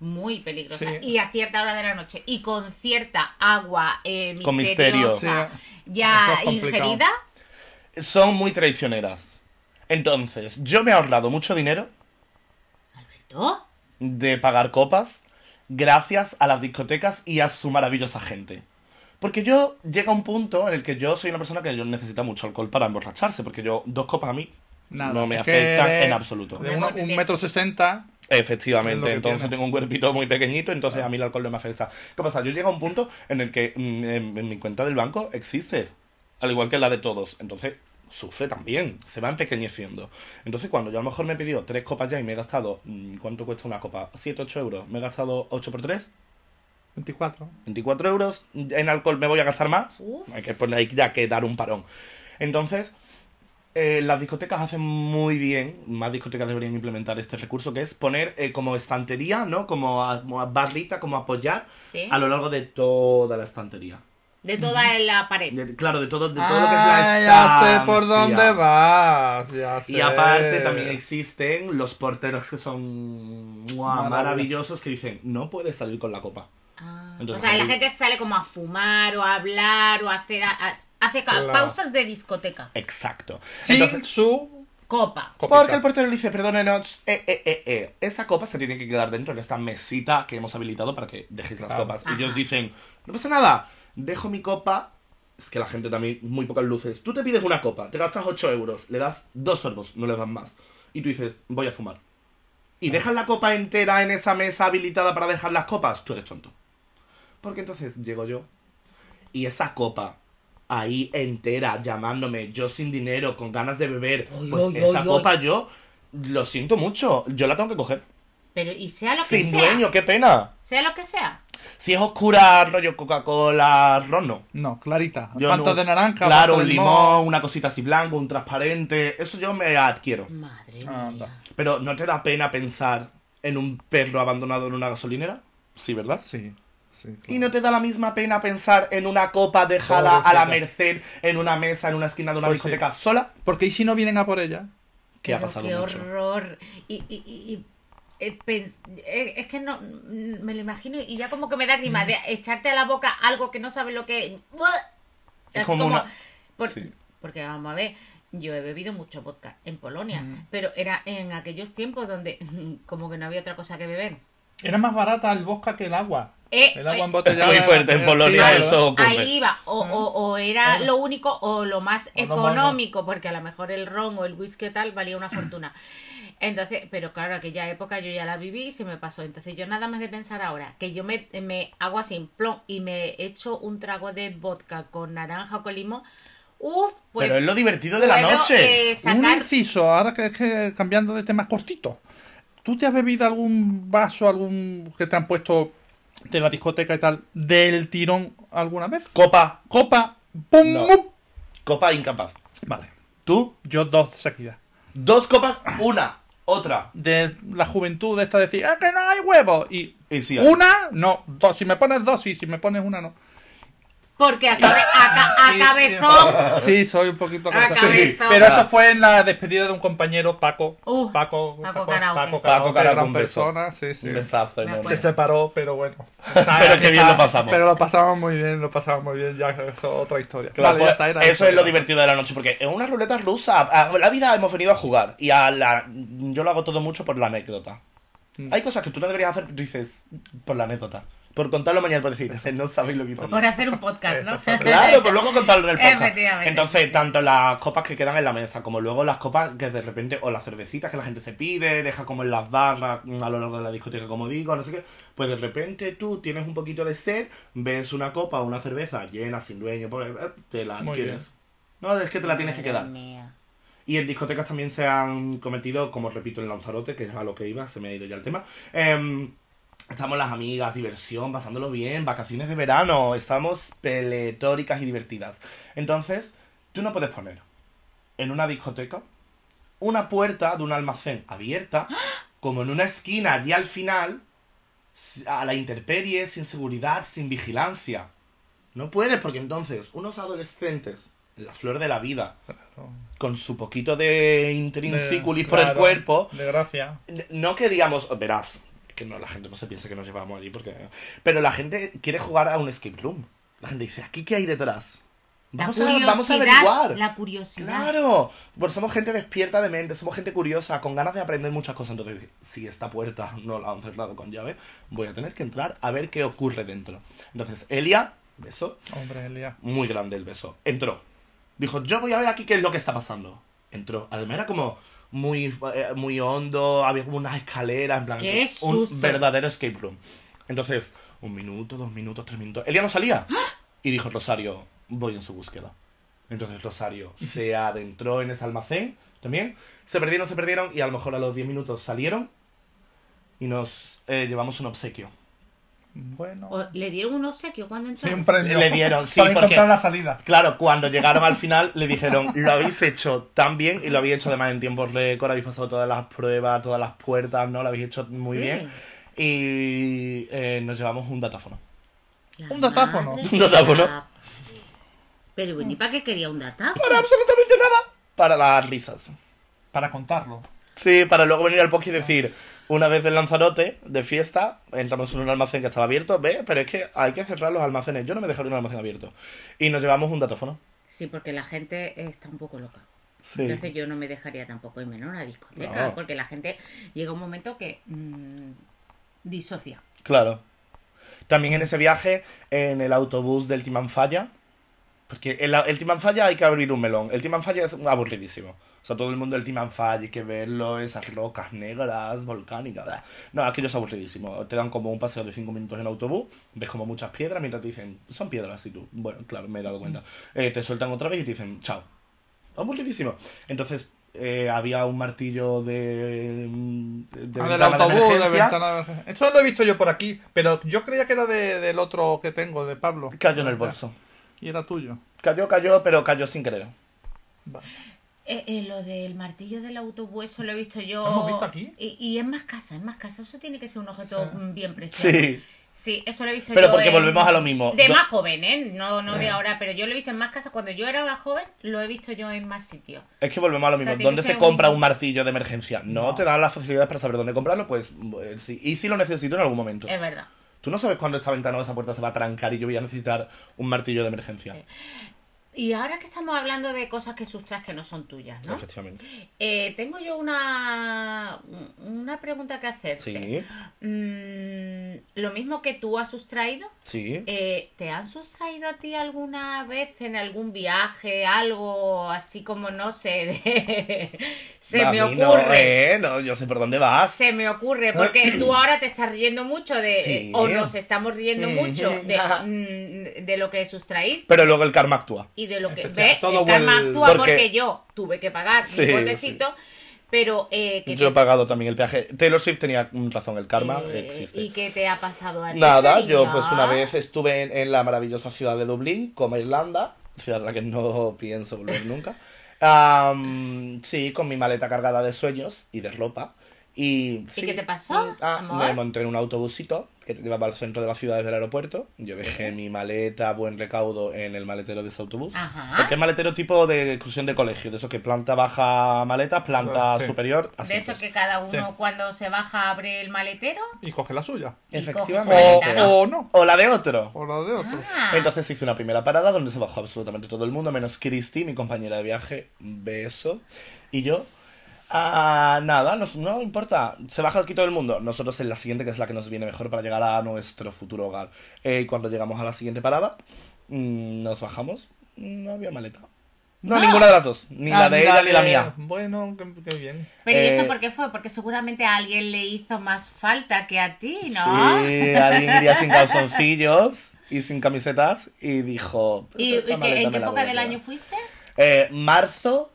Muy peligrosa. Sí. Y a cierta hora de la noche. Y con cierta agua eh, Con misterio. misteriosa Sí. Eso ya es complicado. ingerida. son muy traicioneras. Entonces, yo me he ahorrado mucho dinero Alberto, de pagar copas gracias a las discotecas y a su maravillosa gente. Porque yo llega un punto en el que yo soy una persona que yo necesita mucho alcohol para emborracharse, porque yo dos copas a mí Nada, no me es que afectan eres en absoluto. De uno- un metro sesenta. Es lo Efectivamente, que entonces tiene. tengo un cuerpito muy pequeñito, entonces a mí el alcohol no me afecta. ¿Qué pasa? Yo llego a un punto en el que mm, en, en mi cuenta del banco existe, al igual que la de todos, entonces sufre también, se va empequeñeciendo. Entonces cuando yo a lo mejor me he pedido tres copas ya y me he gastado, mm, ¿cuánto cuesta una copa? 7, 8 euros, me he gastado 8 por 3, 24. 24 euros, en alcohol me voy a gastar más, Uf. hay que poner hay ya que dar un parón. Entonces... eh, las discotecas hacen muy bien, más discotecas deberían implementar este recurso, que es poner eh, como estantería, ¿no? Como, a- como a barrita, como apoyar sí. a lo largo de toda la estantería. De toda la pared. De- claro, de todo, de todo lo que es la Ah, estancia. ya sé por dónde vas. Ya sé. Y aparte también existen los porteros que son guau, Maravilla. maravillosos que dicen, no puedes salir con la copa. Ah, Entonces, o sea, la ahí- gente sale como a fumar o a hablar o a hacer a- a- hace ca- Claro. pausas de discoteca. Exacto. Sin Entonces- su copa. Copita. Porque el portero le dice, perdónenos, eh, eh, eh, eh. Esa copa se tiene que quedar dentro de esta mesita que hemos habilitado para que dejéis las Claro. copas. Ajá. Y ellos dicen, no pasa nada, dejo mi copa. Es que la gente también, muy pocas luces. Tú te pides una copa, te gastas 8 euros, le das dos sorbos, no le das más. Y tú dices, voy a fumar. Y dejas la copa entera en esa mesa habilitada para dejar las copas, tú eres tonto. Porque entonces llego yo y esa copa ahí entera llamándome yo sin dinero, con ganas de beber, Uy, pues uy, esa uy, copa yo lo siento mucho, yo la tengo que coger. Pero, y sea lo que Sin sea. dueño, qué pena. Sea lo que sea. Si es oscura, rollo Coca-Cola, ron no. No, clarita. Yo Pantas no- de naranja. Claro, pantas un de limón, una cosita así blanco, un transparente, eso yo me adquiero. Madre Anda. mía. Pero ¿no te da pena pensar en un perro abandonado en una gasolinera? Sí, ¿verdad? Sí, sí. claro. ¿Y no te da la misma pena pensar en una copa dejada a la merced en una mesa, en una esquina de una Pues sí. discoteca sola? Porque ¿y si no vienen a por ella? Que ha Pero pasado qué mucho. horror. Y, y, y- y- eh, pens- eh, es que no mm, me lo imagino y ya como que me da Mm. grima de echarte a la boca algo que no sabes lo que ¡Buah! Es Así como como, una- por- sí. porque vamos a ver yo he bebido mucho vodka en Polonia Mm. pero era en aquellos tiempos donde como que no había otra cosa que beber Era más barata el bosca que el agua. Eh, El agua eh, embotellada. Muy fuerte en era- Polonia, sí, ¿verdad? eso. ocurre. Ahí iba, o, o, o era lo único o lo más O lo más- económico, porque a lo mejor el ron o el whisky o tal valía una fortuna. Entonces, pero claro, aquella época yo ya la viví y se me pasó. Entonces, yo nada más de pensar ahora que yo me, me hago así, plom, y me echo un trago de vodka con naranja o con limón, uff, pues. Pero es lo divertido de la puedo, noche. eh, Un sacar inciso, ahora que, que cambiando de temas cortitos. ¿Tú te has bebido algún vaso, algún que te han puesto de la discoteca y tal, del tirón alguna vez? Copa, Copa, ¡pum! No. pum. copa incapaz. Vale, Tú, yo dos seguidas. dos copas, una, otra. De la juventud de esta decir, ¡ah, que no hay huevo! Y Y sí, una, no, dos. Si me pones dos, sí, si me pones una, no. Porque a, cabe- a ca- a Sí, cabezón. Sí, soy un poquito A cabezón. cabezón. Pero eso fue en la despedida de un compañero, Paco. Uh, Paco, Paco Karaoke. Paco, Paco Karaoke, gran un beso. persona, sí, sí. un besazo Me enorme. Se acuerdo. separó, pero bueno. Pero qué bien lo pasamos. Pero lo pasamos muy bien, lo pasamos muy bien. Ya, eso es otra historia. Claro, Vale, pues, ya está, era eso es lo divertido de la noche, porque es una ruleta rusa. A la vida hemos venido a jugar y a la, yo lo hago todo mucho por la anécdota. Mm. Hay cosas que tú no deberías hacer, pero tú dices, por la anécdota. Por contarlo mañana, por decir, no sabéis lo que hice. Por hacer un podcast, ¿no? Claro, pues luego contarlo en el podcast. Efectivamente, sí, Entonces, sí. tanto las copas que quedan en la mesa, como luego las copas que de repente, o las cervecitas que la gente se pide, deja como en las barras mm, a lo largo de la discoteca, como digo, no sé qué, pues de repente tú tienes un poquito de sed, ves una copa o una cerveza llena, sin dueño, pobre, eh, te la Muy quieres. No, es que te la tienes que Madre quedar. mía. Y en discotecas también se han cometido, como repito, en Lanzarote, que es a lo que iba, se me ha ido ya el tema. em, estamos las amigas, diversión, pasándolo bien, vacaciones de verano, estamos peletóricas y divertidas. Entonces, tú no puedes poner en una discoteca una puerta de un almacén abierta, como en una esquina allí al final, si- a la intemperie, sin seguridad, sin vigilancia. No puedes, porque entonces unos adolescentes, en la flor de la vida, con su poquito de intrínseculis por el Claro, cuerpo, De gracia. no queríamos, verás, que no, la gente no se piensa que nos llevamos allí porque... Pero la gente quiere jugar a un escape room. La gente dice, ¿aquí qué hay detrás? La Vamos a, vamos a curiosidad, averiguar. La curiosidad. Claro, pues somos gente despierta de mente, somos gente curiosa, con ganas de aprender muchas cosas. Entonces, si esta puerta no la han cerrado con llave, voy a tener que entrar a ver qué ocurre dentro. Entonces, Elia, beso, Hombre, Elia. muy grande el beso. Entró. Dijo, yo voy a ver aquí qué es lo que está pasando. Entró. Además era como muy, eh, muy hondo, había como unas escaleras, en plan, ¡Qué susto! un verdadero escape room. Entonces, un minuto, dos minutos, tres minutos. Elia no salía. ¡Ah! Y dijo Rosario, voy en su búsqueda. Entonces Rosario se adentró en ese almacén también. Se perdieron, se perdieron y a lo mejor a los 10 minutos salieron y nos eh, llevamos un obsequio. Bueno. O- ¿Le dieron un obsequio cuando entró? Sí, un premio. Le dieron, sí, Para porque- encontrar la salida. Claro, cuando llegaron al final le dijeron, lo habéis hecho tan bien y lo habéis hecho además en tiempo récord, habéis pasado todas las pruebas, todas las puertas, ¿no? Lo habéis hecho muy Sí. bien. Y eh, nos llevamos un datáfono. La Un datáfono. madre Un datáfono. mía. Pero bueno, ¿y para qué quería un datáfono? Para absolutamente nada. Para las risas. Para contarlo. Sí, para luego venir al podcast y decir, una vez en Lanzarote, de fiesta, entramos en un almacén que estaba abierto, ve, pero es que hay que cerrar los almacenes. Yo no me dejaría un almacén abierto. Y nos llevamos un datáfono. Sí, porque la gente está un poco loca. Sí. Entonces yo no me dejaría tampoco irme a una discoteca, No. porque la gente llega un momento que mm, disocia. Claro. También en ese viaje, en el autobús del Timanfaya. Porque el, el Timanfaya hay que abrir un melón. El Timanfaya es aburridísimo. O sea, todo el mundo del Timanfaya, hay que verlo, esas rocas negras, volcánicas. bla. No, aquello es aburridísimo. Te dan como un paseo de 5 minutos en autobús, ves como muchas piedras, mientras te dicen, son piedras, y tú, bueno, claro, me he dado cuenta. Eh, te sueltan otra vez y te dicen, chao. Aburridísimo. Entonces, eh, había un martillo de. mm, de, Ah, del ventana de autobús, de emergencia. ventana de emergencia. Eso lo he visto yo por aquí, pero yo creía que era de- del otro que tengo, de Pablo. Cayó en el bolso. Y era tuyo. Cayó, cayó, pero cayó sin querer. Vale. Eh, eh, lo del martillo del autobús, eso lo he visto yo. ¿Lo hemos visto aquí? Y, y es más casa, es más casa. Eso tiene que ser un objeto Sí. mm, bien precioso. Sí. Sí, eso lo he visto Pero yo. porque en- volvemos a lo mismo. De Do- más joven, ¿eh? No, no de ahora, pero yo lo he visto en más casas. Cuando yo era más joven, lo he visto yo en más sitios. Es que volvemos a lo mismo. sea, tiene ¿Dónde que se ser compra un- un martillo de emergencia? No, No. te dan las facilidades para saber dónde comprarlo, pues eh, sí. Y si lo necesito en algún momento. Es verdad. Tú no sabes cuándo esta ventana o esa puerta se va a trancar y yo voy a necesitar un martillo de emergencia. Sí. Y ahora que estamos hablando de cosas que sustraes que no son tuyas, ¿no? Efectivamente. Eh, tengo yo una, una pregunta que hacerte. Sí, Mm, lo mismo que tú has sustraído, sí. eh, ¿te han sustraído a ti alguna vez en algún viaje, algo así como, no sé, de- se A me mí no, ocurre? eh, no, yo sé por dónde vas. Se me ocurre, porque tú ahora te estás riendo mucho de, Ah. Sí. eh, o nos estamos riendo Mm. mucho de, mm, de lo que sustraís Pero luego el karma actúa. y de lo que Efectivamente, ve, todo el karma vuelve- actúa porque... Porque- yo tuve que pagar Sí, mi botecito, pero eh, que Yo he te- pagado también el viaje. Taylor Swift tenía mm, razón, el karma eh, existe. ¿Y qué te ha pasado a ti? Nada, cariño? yo pues una vez estuve en, en la maravillosa ciudad de Dublín, como Irlanda, ciudad a la que no pienso volver nunca. Am, sí, con mi maleta cargada de sueños y de ropa. ¿Y, sí, qué te pasó, ah, amor? Me monté en un autobusito que te llevaba al centro de la ciudad desde el aeropuerto. Yo dejé mi maleta, buen recaudo, en el maletero de ese autobús. Ajá. Porque es maletero tipo de excursión de colegio, de esos que planta baja maleta, planta Sí. superior, pues. De asientos. eso que cada uno Sí. cuando se baja abre el maletero. Y coge la suya. y coge su O, maleta, Efectivamente. ¿no? o no. O la de otro. O la de otro. Ah, Entonces hice una primera parada donde se bajó absolutamente todo el mundo, menos Christy, mi compañera de viaje, beso, y yo. Ah, nada, nos- no importa, se baja aquí todo el mundo. Nosotros en la siguiente, que es la que nos viene mejor para llegar a nuestro futuro hogar. Eh, y cuando llegamos a la siguiente parada, mm, nos bajamos, Mm, no había maleta. No, No. Ah, ninguna de las dos, ni la de ella ni la Ándale. mía. Bueno, qué, qué bien. pero ¿y eso eh, por qué fue? Porque seguramente a alguien le hizo más falta que a ti, ¿no? Sí, alguien iría sin calzoncillos y sin camisetas y dijo... pues ¿Y, esta y qué- maleta en me qué la época voy a del llevar. año fuiste? Eh, marzo,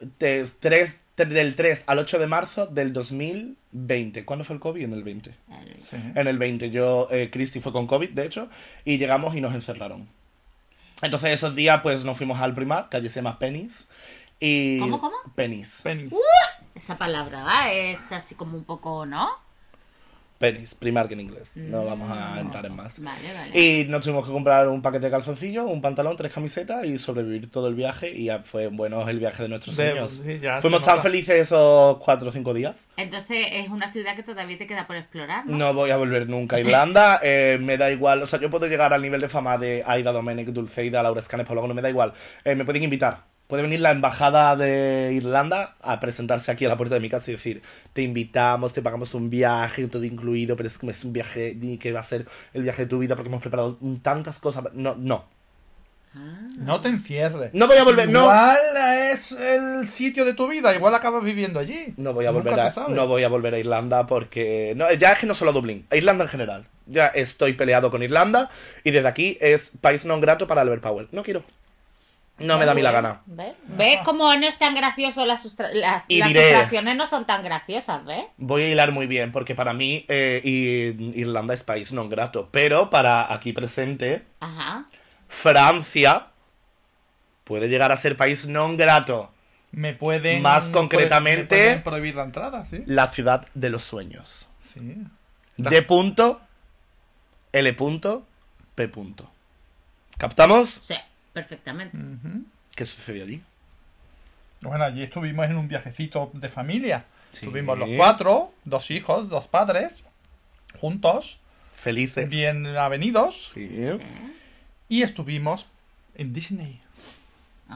de tres- tre- del 3 al 8 de marzo del 2020. ¿Cuándo fue el COVID? En el 20. Sí. En el 20. Yo, eh, Christy fue con COVID, de hecho, y llegamos y nos encerraron. Entonces esos días pues nos fuimos al primar, calle se llama Penis. Y ¿Cómo, cómo? Penis. Penis. Esa palabra ¿va? es así como un poco, ¿no? Penis, Primark en inglés. Mm. No vamos a entrar en más. Vale, vale. Y nos tuvimos que comprar un paquete de calzoncillos, un pantalón, tres camisetas y sobrevivir todo el viaje. Y ya fue bueno el viaje de nuestros De- sueños. sí, ya se Fuimos tan nota. felices esos cuatro o cinco días. Entonces es una ciudad que todavía te queda por explorar, ¿no? No voy a volver nunca a Irlanda, eh, me da igual, o sea, yo puedo llegar al nivel de fama de Aida Domenech, Dulceida, Laura Escanes, Pablo Agüero, me da igual, Eh, me pueden invitar. Puede venir la embajada de Irlanda a presentarse aquí a la puerta de mi casa y decir, te invitamos, te pagamos un viaje, todo incluido, pero es que es un viaje y que va a ser el viaje de tu vida porque hemos preparado tantas cosas. No, no. Ah. No te encierres. No voy a volver, no. Igual es el sitio de tu vida, igual acabas viviendo allí. No voy a volver Nunca a, se sabe. no voy a volver a Irlanda porque no ya es que no solo a Dublín, a Irlanda en general. Ya estoy peleado con Irlanda y desde aquí es país no grato para Albert Powell. No quiero. No me da a mí la gana. ¿Ves? ¿Ves cómo no es tan gracioso las, sustra- la- Y las diré- sustracciones? No son tan graciosas, ¿ves? Voy a hilar muy bien porque para mí eh, y- Irlanda es país no grato, pero para aquí presente Ajá. Francia puede llegar a ser país no grato, Me pueden. Más me concretamente- pueden prohibir la entrada, sí. la ciudad de los sueños. Sí. D punto L punto P punto. ¿Captamos? Sí, perfectamente. Ujú. ¿Qué sucedió allí? Bueno, allí estuvimos en un viajecito de familia. Sí. Estuvimos los cuatro, dos hijos, dos padres, juntos, Felices. bien avenidos. Sí. Sí. Y estuvimos en Disney.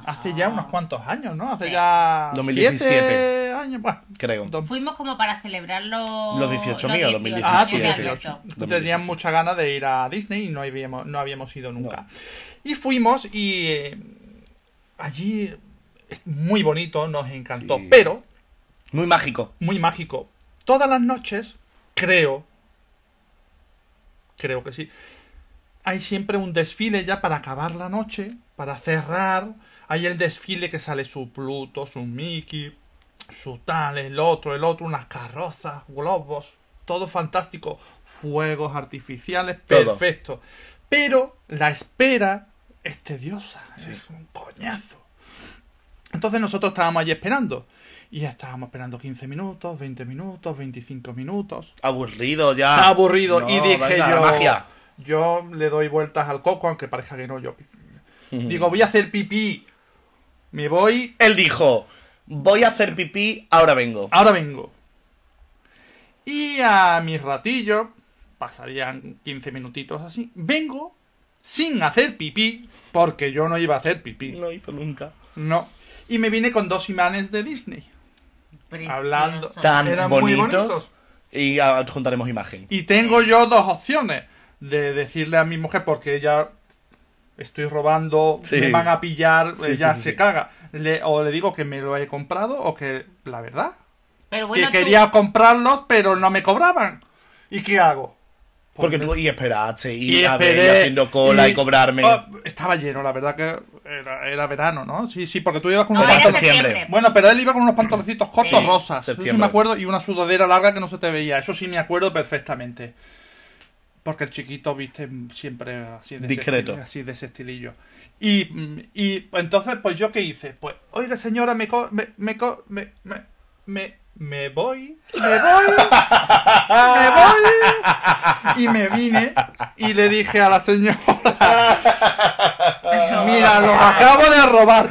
Hace ya unos cuantos años, ¿no? Hace Ah. Sí. ya. 2017. siete años, bueno. creo. dos- Fuimos como para celebrar los... Los 18 míos, los 18 Ah, 17. de 2018. Alberto. Tenían 2017. muchas ganas de ir a Disney y no habíamos, no habíamos ido nunca. No. Y fuimos y eh, allí es muy bonito, nos encantó, Sí. pero Muy mágico. muy mágico. Todas las noches, creo, creo que sí, hay siempre un desfile ya para acabar la noche, para cerrar. Hay el desfile que sale su Pluto, su Mickey, su tal, el otro, el otro, unas carrozas, globos, todo fantástico, fuegos artificiales, Todo. perfecto. Pero la espera es tediosa, es un coñazo. Entonces nosotros estábamos allí esperando. Y ya estábamos esperando 15 minutos, 20 minutos, 25 minutos. Aburrido ya. aburrido. Ah, No, y dije venga, la yo. magia. Yo le doy vueltas al coco, aunque parezca que no yo. Mm. Digo, voy a hacer pipí. Me voy. Él dijo, voy a hacer pipí, ahora vengo. Ahora vengo. Y a mis ratillos, pasarían 15 minutitos así, vengo sin hacer pipí, porque yo no iba a hacer pipí. No hizo nunca. No. Y me vine con dos imanes de Disney. Precioso. Hablando. Tan Eran muy bonitos. bonitos. Y ah, juntaremos imagen. Y tengo yo dos opciones de decirle a mi mujer, porque ella estoy robando, Sí. me van a pillar, Sí, ella sí, sí, se sí. caga. Le- o le digo que me lo he comprado o que, la verdad, Pero bueno, tú- que quería comprarlos, pero no me cobraban. ¿Y qué hago? Porque Pues tú me- y esperaste, y, y a ver, esperé, y haciendo cola y, cobrarme. Oh, estaba lleno, la verdad que era, era verano, ¿no? Sí, sí, porque tú ibas con No, unos era Era pantalones- septiembre. septiembre. Bueno, pero él iba con unos pantaloncitos cortos Sí. rosas, eso sí Septiembre. me acuerdo, y una sudadera larga que no se te veía, eso sí me acuerdo perfectamente. Porque el chiquito viste siempre así de, ese Discreto. estilo- así de ese estilillo. Y, mm, y entonces, pues yo qué hice? Pues, oiga señora, me co- me, me, co- me, me, me, me voy, me voy, me voy. Y me vine y le dije a la señora, Pero- mira, los acabo de robar.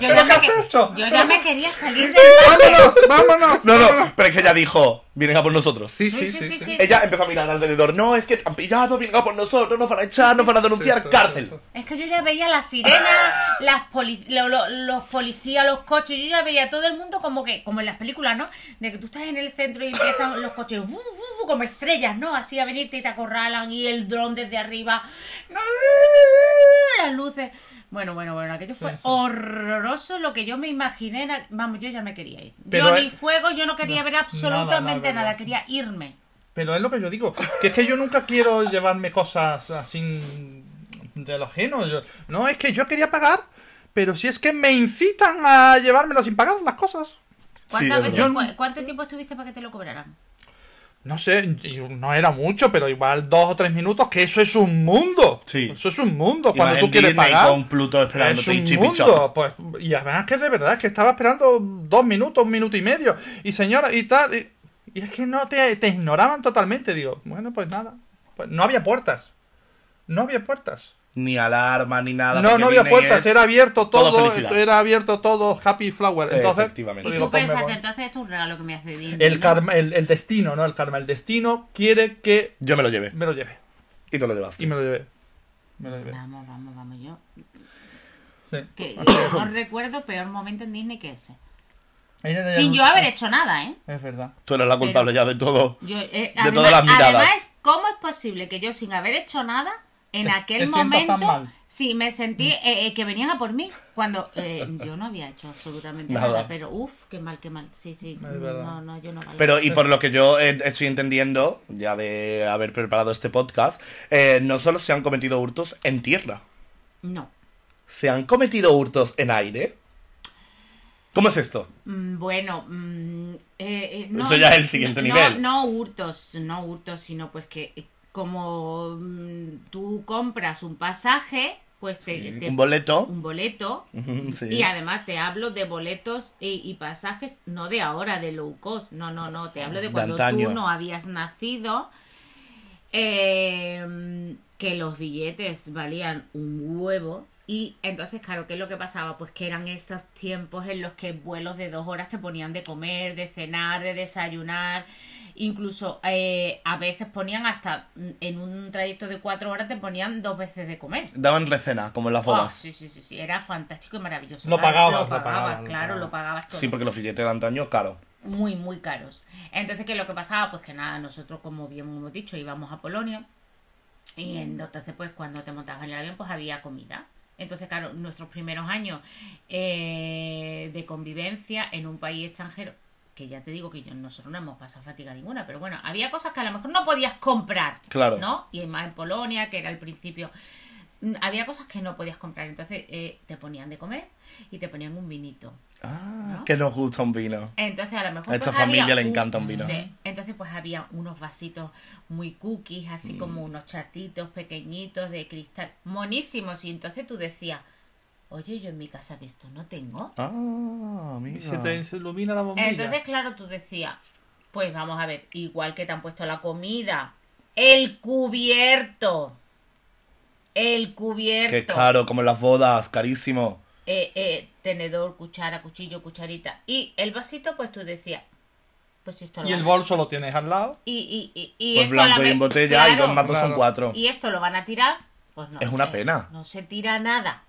Yo ya, me, qué has que- hecho? yo ya me quería salir de... Vámonos, vámonos. No, no, pero es que ella dijo, vienen a por nosotros. Sí, Sí, sí, sí, sí. Ella empezó a mirar alrededor, no, es que te han pillado, vienen a por nosotros, nos van a echar, nos van a denunciar, sí, sí, cárcel. sí. Es que yo ya veía las sirenas, las poli- lo- lo- los policías, los coches, yo ya veía todo el mundo como que, como en las películas, ¿no? De que tú estás en el centro y empiezan los coches, fu, fu, fu, como estrellas, ¿no? Así a venirte y te acorralan y el dron desde arriba, las luces. Bueno, bueno, bueno, aquello fue Sí, sí. horroroso lo que yo me imaginé. era- Vamos, yo ya me quería ir. Pero, yo eh, ni fuego, yo no quería no, ver nada, absolutamente nada, nada, nada. quería irme. Pero es lo que yo digo, que es que yo nunca quiero llevarme cosas así de lo ajeno. Yo- no, es que yo quería pagar, pero si es que me incitan a llevármelo sin pagar las cosas. ¿Cuántas es veces- verdad. cu- ¿Cuánto tiempo estuviste para que te lo cobraran? No sé, y no era mucho, pero igual dos o tres minutos, que eso es un mundo. Sí. Eso es un mundo. Y Cuando más tú en quieres Disney pagar. con Pluto Es esperándote y un chip y mundo, chop. pues, y además que de verdad es que estaba esperando dos minutos, un minuto y medio, y señora, y tal, y, y es que no te, te ignoraban totalmente, digo, bueno, pues nada, pues no había puertas, no había puertas, Ni alarma, ni nada. no, porque no había Disney puertas, es era abierto toda todo, felicidad. era abierto todo, Happy Flower, entonces, Efectivamente. Y digo, tú pues me pensaste, voy. entonces esto es un regalo que me hace Disney. el, ¿no? karma, el, el destino, ¿no? El karma, el destino quiere que Yo me lo llevé. me lo lleve, Y tú lo llevaste. y me lo lleve, me lo llevé. Vamos, vamos, vamos yo. Sí. Que no recuerdo peor momento en Disney que ese. Ella ya Sin no- yo haber hecho nada, ¿eh? Es verdad. Tú eres la culpable ya de todo. Yo, eh, todas además, las miradas. además, ¿cómo es posible que yo sin haber hecho nada, en Te- aquel te sientas momento, tan mal. Mm. sí, me sentí eh, eh, que venían a por mí? Cuando eh, yo no había hecho absolutamente Nada. nada, pero uff, qué mal, qué mal. Sí, sí, verdad. no, no, yo no valgo. Pero, y por lo que yo eh, estoy entendiendo, ya de haber preparado este podcast, eh, no solo se han cometido hurtos en tierra, No. se han cometido hurtos en aire. ¿Cómo es esto? Mm, Bueno, mm, eh, eh, no, Eso ya es el no, siguiente no, nivel. No hurtos, no hurtos, sino pues que eh, como mm, tú compras un pasaje, pues te, te- Un boleto. un boleto, Ujú, sí. Y además te hablo de boletos y, y pasajes, no de ahora, de low cost. No, no, no. Te hablo de De cuando antaño. tú no habías nacido. em, eh, que los billetes valían un huevo. Y entonces, claro, ¿qué es lo que pasaba? Pues que eran esos tiempos en los que vuelos de dos horas te ponían de comer, de cenar, de desayunar. Incluso eh, a veces ponían hasta mm, en un trayecto de cuatro horas te ponían dos veces de comer. Daban recena, como en las Ah, bodas. sí. sí, sí, sí, sí, era fantástico y maravilloso. Lo Claro, pagabas, lo lo pagabas, pagabas, lo claro, pagabas. lo pagabas todo porque los billetes de antaño, caro. muy, muy caros. Entonces, ¿qué es lo que pasaba? Pues que nada, nosotros, como bien hemos dicho, íbamos a Polonia. Y entonces, pues cuando te montabas en el avión, pues había comida. Entonces, claro, nuestros primeros años eh, de convivencia en un país extranjero, que ya te digo que yo, nosotros no hemos pasado fatiga ninguna, pero bueno, había cosas que a lo mejor no podías comprar. Claro. ¿No? Y más en Polonia, que era el principio. mm, Había cosas que no podías comprar. Entonces, eh, te ponían de comer y te ponían un vinito. Ah, ¿No? que nos gusta un vino. Entonces a lo mejor A esta pues, había familia le encanta un vino. Sí. Entonces pues había unos vasitos muy cookies, así Mm. como unos chatitos pequeñitos de cristal, monísimos. Y entonces tú decías, oye, yo en mi casa de esto no tengo. Ah, pues Y mira. se te se ilumina la bombilla. Entonces claro, tú decías, pues vamos a ver, igual que te han puesto la comida, el cubierto, el cubierto. Qué caro, como en las bodas, carísimo. eh, eh, tenedor, cuchara, cuchillo, cucharita. Y el vasito, pues tú decías, pues esto lo y el van a- bolso lo tienes al lado. Y, y, y, y Pues esto a la blanco y vez- en botella y claro, dos más dos son Claro. cuatro. Y esto lo van a tirar, pues no. Es una eh, pena. No se tira nada.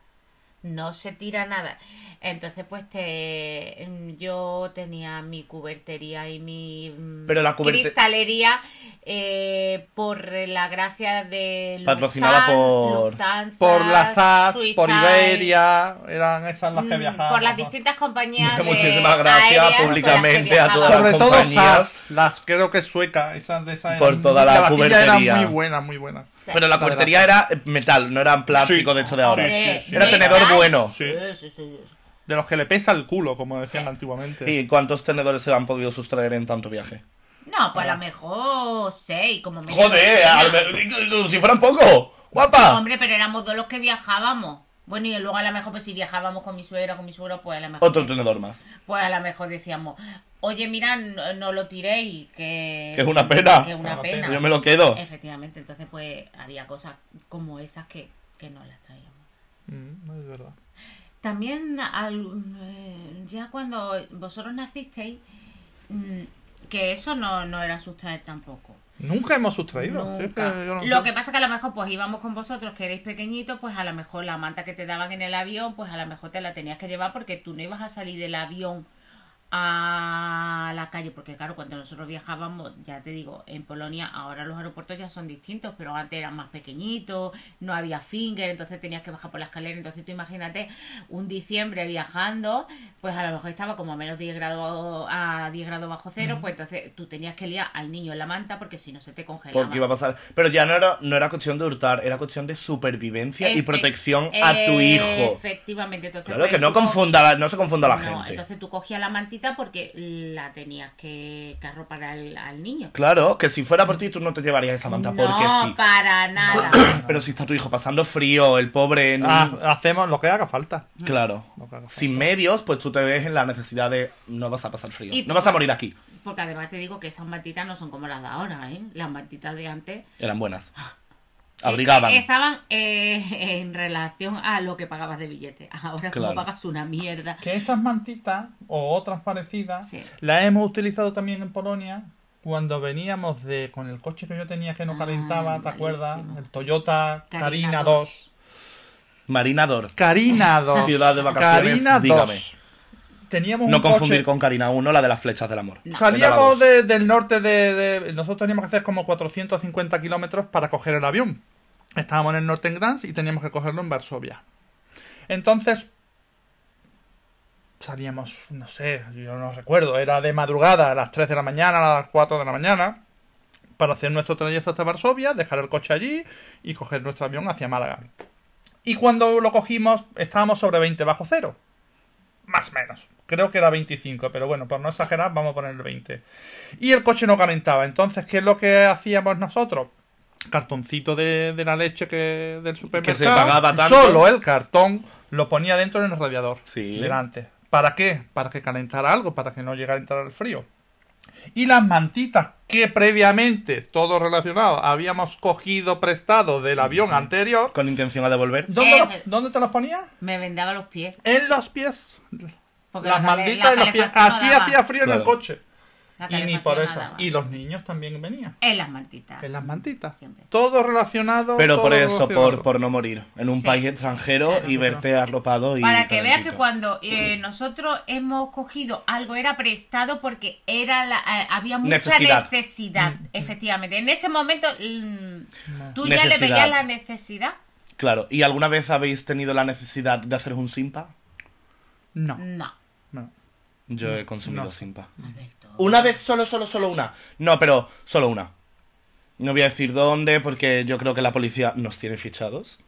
No se tira nada. Entonces, pues te mm, yo tenía mi cubertería y mi mm, Pero la cuberte- cristalería eh, por la gracia de Patrocinada por- Lufthansa, Por la SAS, por Suiza, Iberia, eran esas las que mm, viajaban. Por las distintas compañías. de Muchísimas gracias aéreas con las que públicamente a todas viajaba. Sobre las todo compañías. SAS, las creo que suecas, esas de esas. Por eran- toda la vajilla cubertería. Era muy buena, muy buena. Sí. Pero la La portería era metal, no eran plástico Sí. de esto de ahora. Hombre, Sí, sí, sí. Era tenedor ¿verdad? bueno. Sí, sí, sí, sí. De los que le pesa el culo, como decían Sí. antiguamente. ¿Y cuántos tenedores se han podido sustraer en tanto viaje? No, pues a lo mejor seis, como menos. Joder, docena. al me- si fueran poco, guapa. Hombre, pero éramos dos los que viajábamos. Bueno, y luego a lo mejor, pues si viajábamos con mi suegra, con mi suegro, pues a lo mejor. Otro tenedor más. Pues a lo mejor decíamos, oye, mira, no, no lo tiréis, que. Que es una pena. Que es una Una pena. pena. Yo me lo quedo. Efectivamente, entonces, pues había cosas como esas que, que no las traíamos. Mm, no es verdad. También, al- eh, ya cuando vosotros nacisteis, mm, que eso no, no era sustraer tampoco. Nunca hemos sustraído. Nunca. Sí, es que yo no lo sé. que pasa que a lo mejor pues íbamos con vosotros que erais pequeñitos, pues a lo mejor la manta que te daban en el avión, pues a lo mejor te la tenías que llevar porque tú no ibas a salir del avión a la calle, porque claro, cuando nosotros viajábamos, ya te digo, en Polonia ahora los aeropuertos ya son distintos, pero antes eran más pequeñitos, no había finger, entonces tenías que bajar por la escalera, entonces tú imagínate un diciembre viajando, pues a lo mejor estaba como a menos 10 grados a 10 grados bajo cero, pues entonces tú tenías que liar al niño en la manta porque si no se te congelaba. Porque iba a pasar. Pero ya no era, no era cuestión de hurtar, era cuestión de supervivencia y Efe- protección a tu hijo. Efectivamente, entonces. Claro, pues, que no tú co- confunda la- no se confunda la No, gente. Entonces tú cogías la mantita porque la tenías que, que arropar al, al niño. Claro, que si fuera por ti, tú no te llevarías esa manta, porque no, sí. para nada. Pero si está tu hijo pasando frío, el pobre. en un- Ah, hacemos lo que haga falta. Claro. Lo que haga falta. Sin medios, pues tú te ves en la necesidad de no vas a pasar frío. Y- No vas a morir aquí. Porque además te digo que esas mantitas no son como las de ahora, ¿eh? Las mantitas de antes. Eran buenas. Abrigaban. Eh, Estaban eh, en relación a lo que pagabas de billete. Ahora Claro. como pagas una mierda. Que esas mantitas o otras parecidas Sí. las hemos utilizado también en Polonia cuando veníamos de con el coche que yo tenía que no Ah, calentaba, ¿te malísimo. acuerdas? El Toyota Carina Carina 2. Marinador. Carina 2. Ciudad de vacaciones, Carina 2. dígame. Teníamos No un confundir coche. con Karina 1, la de las flechas del amor. Era la Salíamos dos. de- del norte de, de- Nosotros teníamos que hacer como 450 kilómetros para coger el avión. Estábamos en el norte en Gdansk y teníamos que cogerlo en Varsovia. Entonces... Salíamos, no sé, yo no recuerdo. Era de madrugada, a las 3 de la mañana, a las 4 de la mañana. Para hacer nuestro trayecto hasta Varsovia, dejar el coche allí y coger nuestro avión hacia Málaga. Y cuando lo cogimos, estábamos sobre 20 bajo cero. Más o menos. Creo que era 25, pero bueno, por no exagerar, vamos a poner el 20. Y el coche no calentaba. Entonces, ¿qué es lo que hacíamos nosotros? Cartoncito de, de la leche que del supermercado. pagaba tanto. Solo el cartón lo ponía dentro en el radiador. Sí. Delante. ¿Para qué? Para que calentara algo, para que no llegara a entrar el frío. Y las mantitas que previamente, todo relacionado, habíamos cogido prestado del avión anterior. Con intención a devolver. ¿Dónde, Eh, los- ¿dónde te las ponías? Me vendaba los pies. En los pies. Porque las la cale- malditas la en los pies. calefacción Así no daba. hacía frío en el Claro. coche. La Y ni calefacción por no eso. daba. Y los niños también venían. En las mantitas. En las mantitas. Siempre. Todo relacionado. Pero todo por eso, por, relacionado. por no morir en un Sí. país extranjero y verte arropado y. Para que veas que calentito. cuando eh, nosotros hemos cogido algo era prestado porque era la, a- había mucha Necesidad. necesidad, Mm. efectivamente. En ese momento mm, tú ya le Necesidad. veías la necesidad. Claro, ¿y alguna vez habéis tenido la necesidad de haceros un simpa? No, No, no. Yo he consumido no. simpa. Alberto. Una vez, solo, solo, solo una. No, pero solo una. No voy a decir dónde porque yo creo que la policía nos tiene fichados.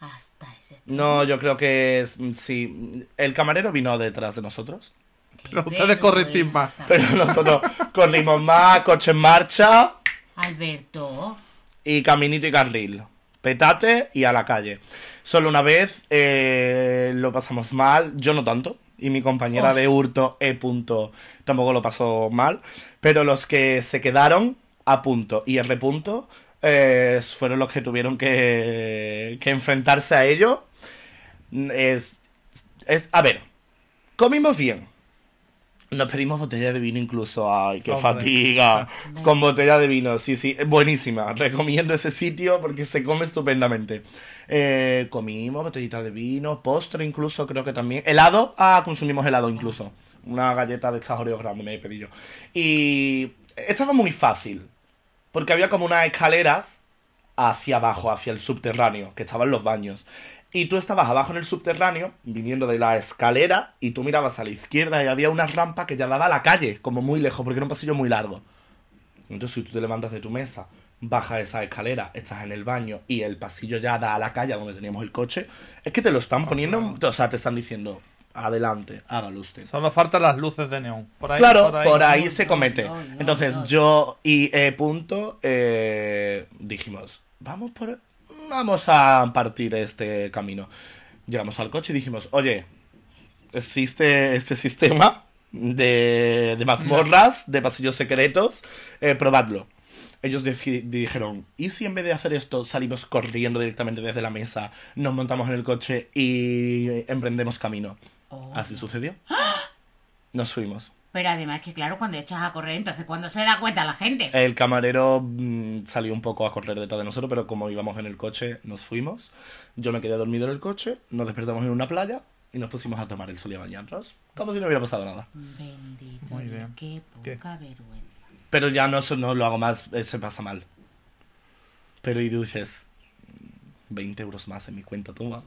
Hasta ese No, yo creo que es- mm, sí. El camarero vino detrás de nosotros. Pero ustedes corren más. Pero nosotros corrimos más, coche en marcha Alberto. y caminito y carril. Petate y a la calle. Solo una vez eh, lo pasamos mal, yo no tanto. Y mi compañera Os. de hurto, E. Punto, tampoco lo pasó mal. Pero los que se quedaron a punto y R. Punto eh, fueron los que tuvieron que, que enfrentarse a ello. Es- es- a ver, comimos bien. Nos pedimos botella de vino incluso. ¡Ay, qué Hombre. fatiga! Con botella de vino, sí, sí. Buenísima. Recomiendo ese sitio porque se come estupendamente. Eh, comimos botellita de vino, postre incluso, creo que también. Helado, ah, consumimos helado incluso. Una galleta de estas Oreos grandes me he pedido. Y estaba muy fácil. Porque había como unas escaleras hacia abajo, hacia el subterráneo, que estaban los baños. Y tú estabas abajo en el subterráneo, viniendo de la escalera, y tú mirabas a la izquierda y había una rampa que ya daba a la calle, como muy lejos, porque era un pasillo muy largo. Entonces, si tú te levantas de tu mesa, bajas esa escalera, estás en el baño y el pasillo ya da a la calle a donde teníamos el coche, es que te lo están poniendo, o sea, te están diciendo, adelante, hágalo usted. Solo faltan las luces de neón. Por ahí, Claro, por ahí. se comete. no, no, Entonces no. yo y eh, punto eh, dijimos, vamos por, vamos a partir este camino. Llegamos al coche y dijimos, oye, existe este sistema de, de mazmorras, de pasillos secretos, eh, probadlo. Ellos deci- dijeron, ¿y si en vez de hacer esto salimos corriendo directamente desde la mesa, nos montamos en el coche y emprendemos camino? Oh. Así sucedió. ¡Ah! Nos fuimos. Pero además que claro, cuando echas a correr, entonces cuando se da cuenta la gente. El camarero mm, salió un poco a correr detrás de nosotros, pero como íbamos en el coche, nos fuimos. Yo me quedé dormido en el coche, nos despertamos en una playa y nos pusimos a tomar el sol y a bañarnos. Como si no hubiera pasado nada. Bendito, Muy Dios, bien. qué ¿Qué? poca vergüenza. Pero ya no, eso no lo hago más, eh, se pasa mal. Pero y dices, 20 euros más en mi cuenta, toma.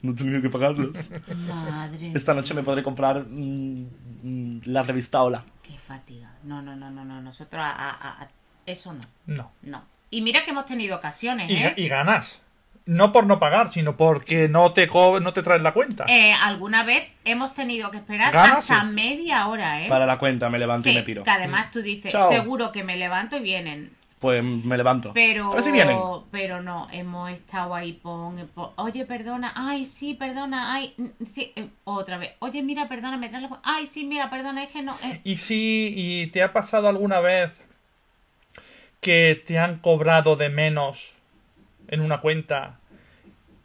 No tengo que pagarlos. Madre. Esta noche mía. me podré comprar mm, mm, la revista Hola. Qué fatiga. No, no, no, no, no. Nosotros a, a- a- eso no, No. no. Y mira que hemos tenido ocasiones, Y, ¿eh? y ganas. No por no pagar, sino porque no te, co- no te traen la cuenta. Eh, alguna vez hemos tenido que esperar Ganas, hasta sí. media hora, ¿eh? Para la cuenta, me levanto Sí, y me piro. que además tú dices, Chao. seguro que me levanto y vienen. Pues me levanto. Mm, Pero, A ver si vienen. pero no, hemos estado ahí, pon, pon- oye, perdona, ay, sí, perdona, ay, mm, sí, eh, otra vez, oye, mira, perdona, me traes la cu- ay, sí, mira, perdona, es que no, eh, Y si y te ha pasado alguna vez que te han cobrado de menos en una cuenta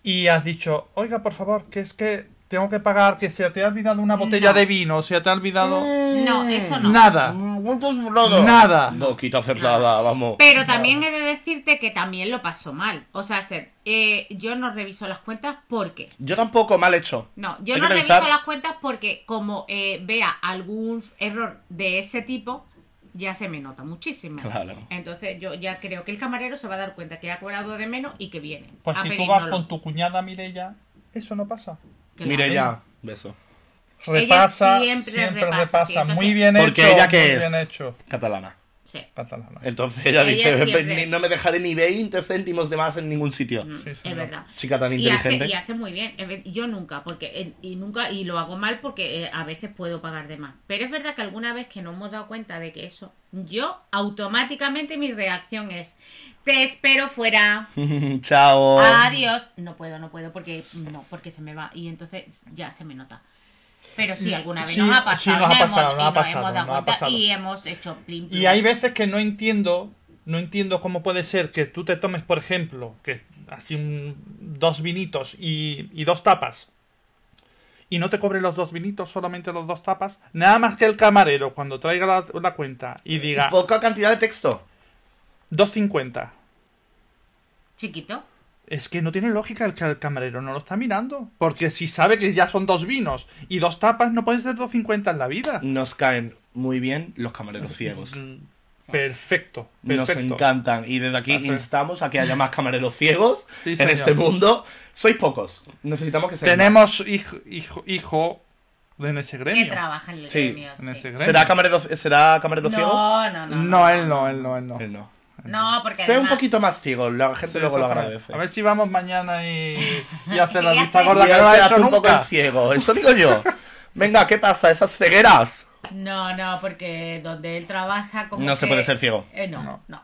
y has dicho, oiga, por favor, que es que tengo que pagar, que se te ha olvidado una botella No. de vino, se te ha olvidado no, eso no. nada. Ah. Nada. Boquita cerrada, vamos. Pero también he de decirte que también lo pasó mal. O sea, ser, eh, yo no reviso las cuentas porque. Yo tampoco, mal hecho. No, yo Hay no que reviso revisar. las cuentas porque como eh, vea algún f- error de ese tipo, ya se me nota muchísimo. Claro. Entonces yo ya creo que el camarero se va a dar cuenta que ha cobrado de menos y que viene. Pues a si tú vas pedírnoslo. con tu cuñada Mirella, eso no pasa. Claro. Mire ya, beso. Repasa, siempre, siempre repasa, repasa, sí, entonces- muy bien Porque hecho, ella que muy es bien hecho. Catalana. Sí. Catalana. Entonces ella, Ella dice, "Pues siempre. "Ni- no me dejaré ni 20 céntimos de más en ningún sitio. Mm, Sí, es señor. verdad. Chica tan Y hace, inteligente. y hace muy bien. Es ver- Yo nunca, porque eh, y nunca y lo hago mal porque eh, a veces puedo pagar de más. Pero es verdad que alguna vez que no hemos dado cuenta de que eso, yo automáticamente mi reacción es te espero fuera. Chao. Adiós. No puedo, no puedo porque no, porque se me va y entonces ya se me nota. Pero sí, alguna vez Mm, Sí, nos ha sí, pasado. nos ha pasado, hemos, nos y ha nos pasado, hemos dado nos ha cuenta pasado. y hemos hecho plim, Y plum. hay veces que no entiendo, no entiendo cómo puede ser que tú te tomes, por ejemplo, que así un- dos vinitos y, y dos tapas. Y no te cobre los dos vinitos, solamente los dos tapas. Nada más que el camarero, cuando traiga la, la cuenta y diga Y poca cantidad de texto. 2.50. Chiquito. Es que no tiene lógica el que el camarero no lo está mirando. Porque si sabe que ya son dos vinos y dos tapas, no puede ser 2.50 en la vida. Nos caen muy bien los camareros ciegos. Mm, Perfecto, Nos perfecto. encantan. Y desde aquí Perfecto. instamos a que haya más camareros ciegos Sí, en señor. este mundo. Sois pocos. Necesitamos que seáis más. Tenemos hijo, hijo, hijo en ese Que gremio. trabaja en el Sí, gremio. en ese sí. gremio. ¿Será camarero, será camarero ciego? No, no, no. No, él no, él no, él no. Él no. No, porque Sea un además- poquito más ciego, la gente Sí, luego lo exactamente. agradece. A ver si vamos mañana y, y hacer la Y lista hace- gorda Y que no él se la he hace hecho un poco el nunca. ciego, eso digo yo. Venga, ¿qué pasa? Esas cegueras. No, no, porque donde él trabaja como No se que- puede ser ciego. Eh, no, No. no,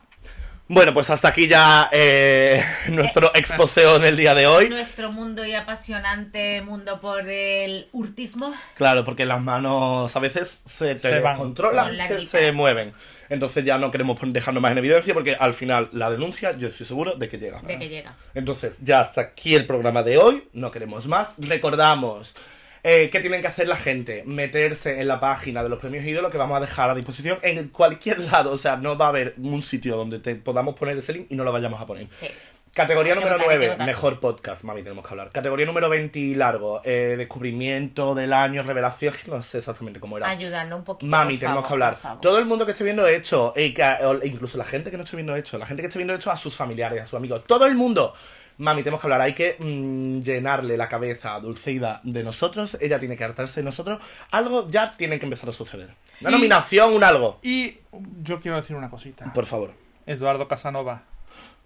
Bueno, pues hasta aquí ya eh, nuestro eh. exposeo del día de hoy. Nuestro mundo y apasionante mundo por el urtismo. Claro, porque las manos a veces se te Se van. Son controlan, larguitas. se mueven. Entonces ya no queremos pon- dejarnos más en evidencia porque al final la denuncia yo estoy seguro de que llega. De que llega. Entonces ya hasta aquí el programa de hoy, no queremos más. Recordamos eh, qué tienen que hacer la gente, meterse en la página de los premios ídolos que vamos a dejar a disposición en cualquier lado, o sea, no va a haber un sitio donde te podamos poner ese link y no lo vayamos a poner. Sí. Categoría Hay que número votar, hay que 9, votar. mejor podcast, mami, tenemos que hablar. Categoría número 20, y largo, eh, descubrimiento del año, revelación, no sé exactamente cómo era. Ayudarnos un poquito. Mami, por tenemos que favor, hablar. por favor. Todo el mundo que esté viendo hecho, y que- o incluso la gente que no esté viendo hecho, la gente que esté viendo hecho a sus familiares, a sus amigos, todo el mundo. Mami, tenemos que hablar. Hay que mm, llenarle la cabeza a Dulceida de nosotros. Ella tiene que hartarse de nosotros. Algo ya tiene que empezar a suceder. Una Y- nominación, un algo. Y yo quiero decir una cosita. Por favor. Eduardo Casanova.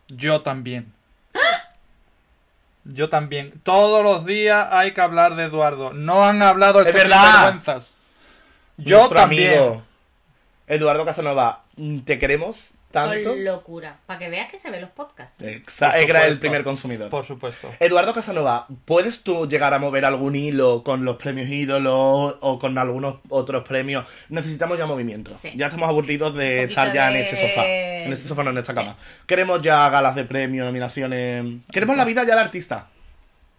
Yo también. Yo también. Todos los días hay que hablar de Eduardo. No han hablado Es estos verdad. sinvergüenzas. Yo Nuestro también. amigo Eduardo Casanova, mm, te queremos tanto. Con locura. Para que veas que se ven los podcasts. Exacto. Por Era el supuesto. primer consumidor. Por supuesto. Eduardo Casanova, ¿puedes tú llegar a mover algún hilo con los premios ídolos o con algunos otros premios? Necesitamos ya movimiento. Sí. Ya estamos aburridos de poquito estar ya de- en este sofá. En este sofá, no en esta Sí. cama. Queremos ya galas de premio, nominaciones. Queremos la vida ya al artista.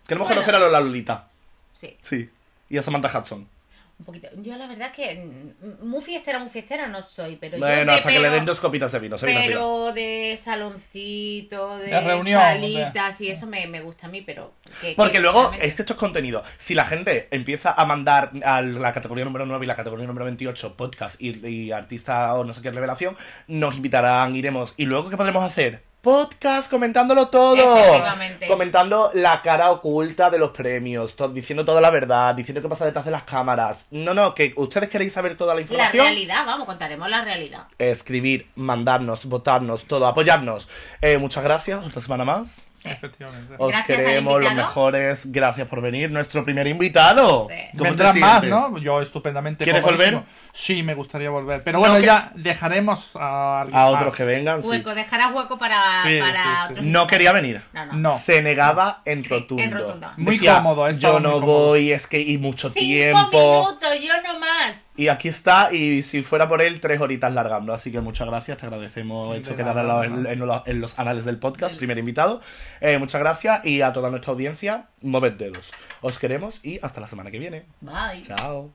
Queremos Bueno. conocer a Lola Lolita. Sí. Sí. Y a Samantha Hudson. Un poquito. Yo la verdad que mm, muy fiestera, muy fiestera no soy, pero yo Bueno, de hasta que le pelo- den dos copitas de vino. se viene arriba. Pero de saloncito, de, De reunión, salitas, y eso me, me gusta a mí, pero... que- Porque que luego, realmente- es que esto es contenido. Si la gente empieza a mandar a la categoría número 9 y la categoría número 28, podcast y, y artista o no sé qué revelación, nos invitarán, iremos. ¿Y luego qué podremos hacer? Podcast comentándolo todo. Efectivamente. Comentando la cara oculta de los premios, to- diciendo toda la verdad, diciendo qué pasa detrás de las cámaras. No, no, que ustedes queréis saber toda la La información realidad, vamos, contaremos la realidad. escribir, mandarnos, votarnos, todo, apoyarnos. Eh, muchas gracias, otra semana más. Sí. Efectivamente. Os Gracias al queremos, los invitado. mejores. Gracias por venir. Nuestro primer invitado. Sí. ¿Cómo te Vendrán más, sientes? ¿no? Yo estupendamente. ¿Quieres cómodísimo. volver? Sí, me gustaría volver. Pero No, bueno, que- ya dejaremos a alguien A más. otros que vengan. sí. Hueco, dejarás hueco para, Sí, para sí, sí. otros No invitados. quería venir. No, no. No. Se negaba en Sí, en rotundo. rotundo. Muy Decía, cómodo, he Yo estado no muy cómodo". voy, es que y mucho Cinco tiempo. minutos, yo no más. Y aquí está, y si fuera por él, tres horitas largando. Así que muchas gracias, te agradecemos. De Esto nada, quedará en, la- de nada. en los- en los anales del podcast, primer invitado. Eh, muchas gracias y a toda nuestra audiencia, moved dedos. Os queremos y hasta la semana que viene. Bye. Chao.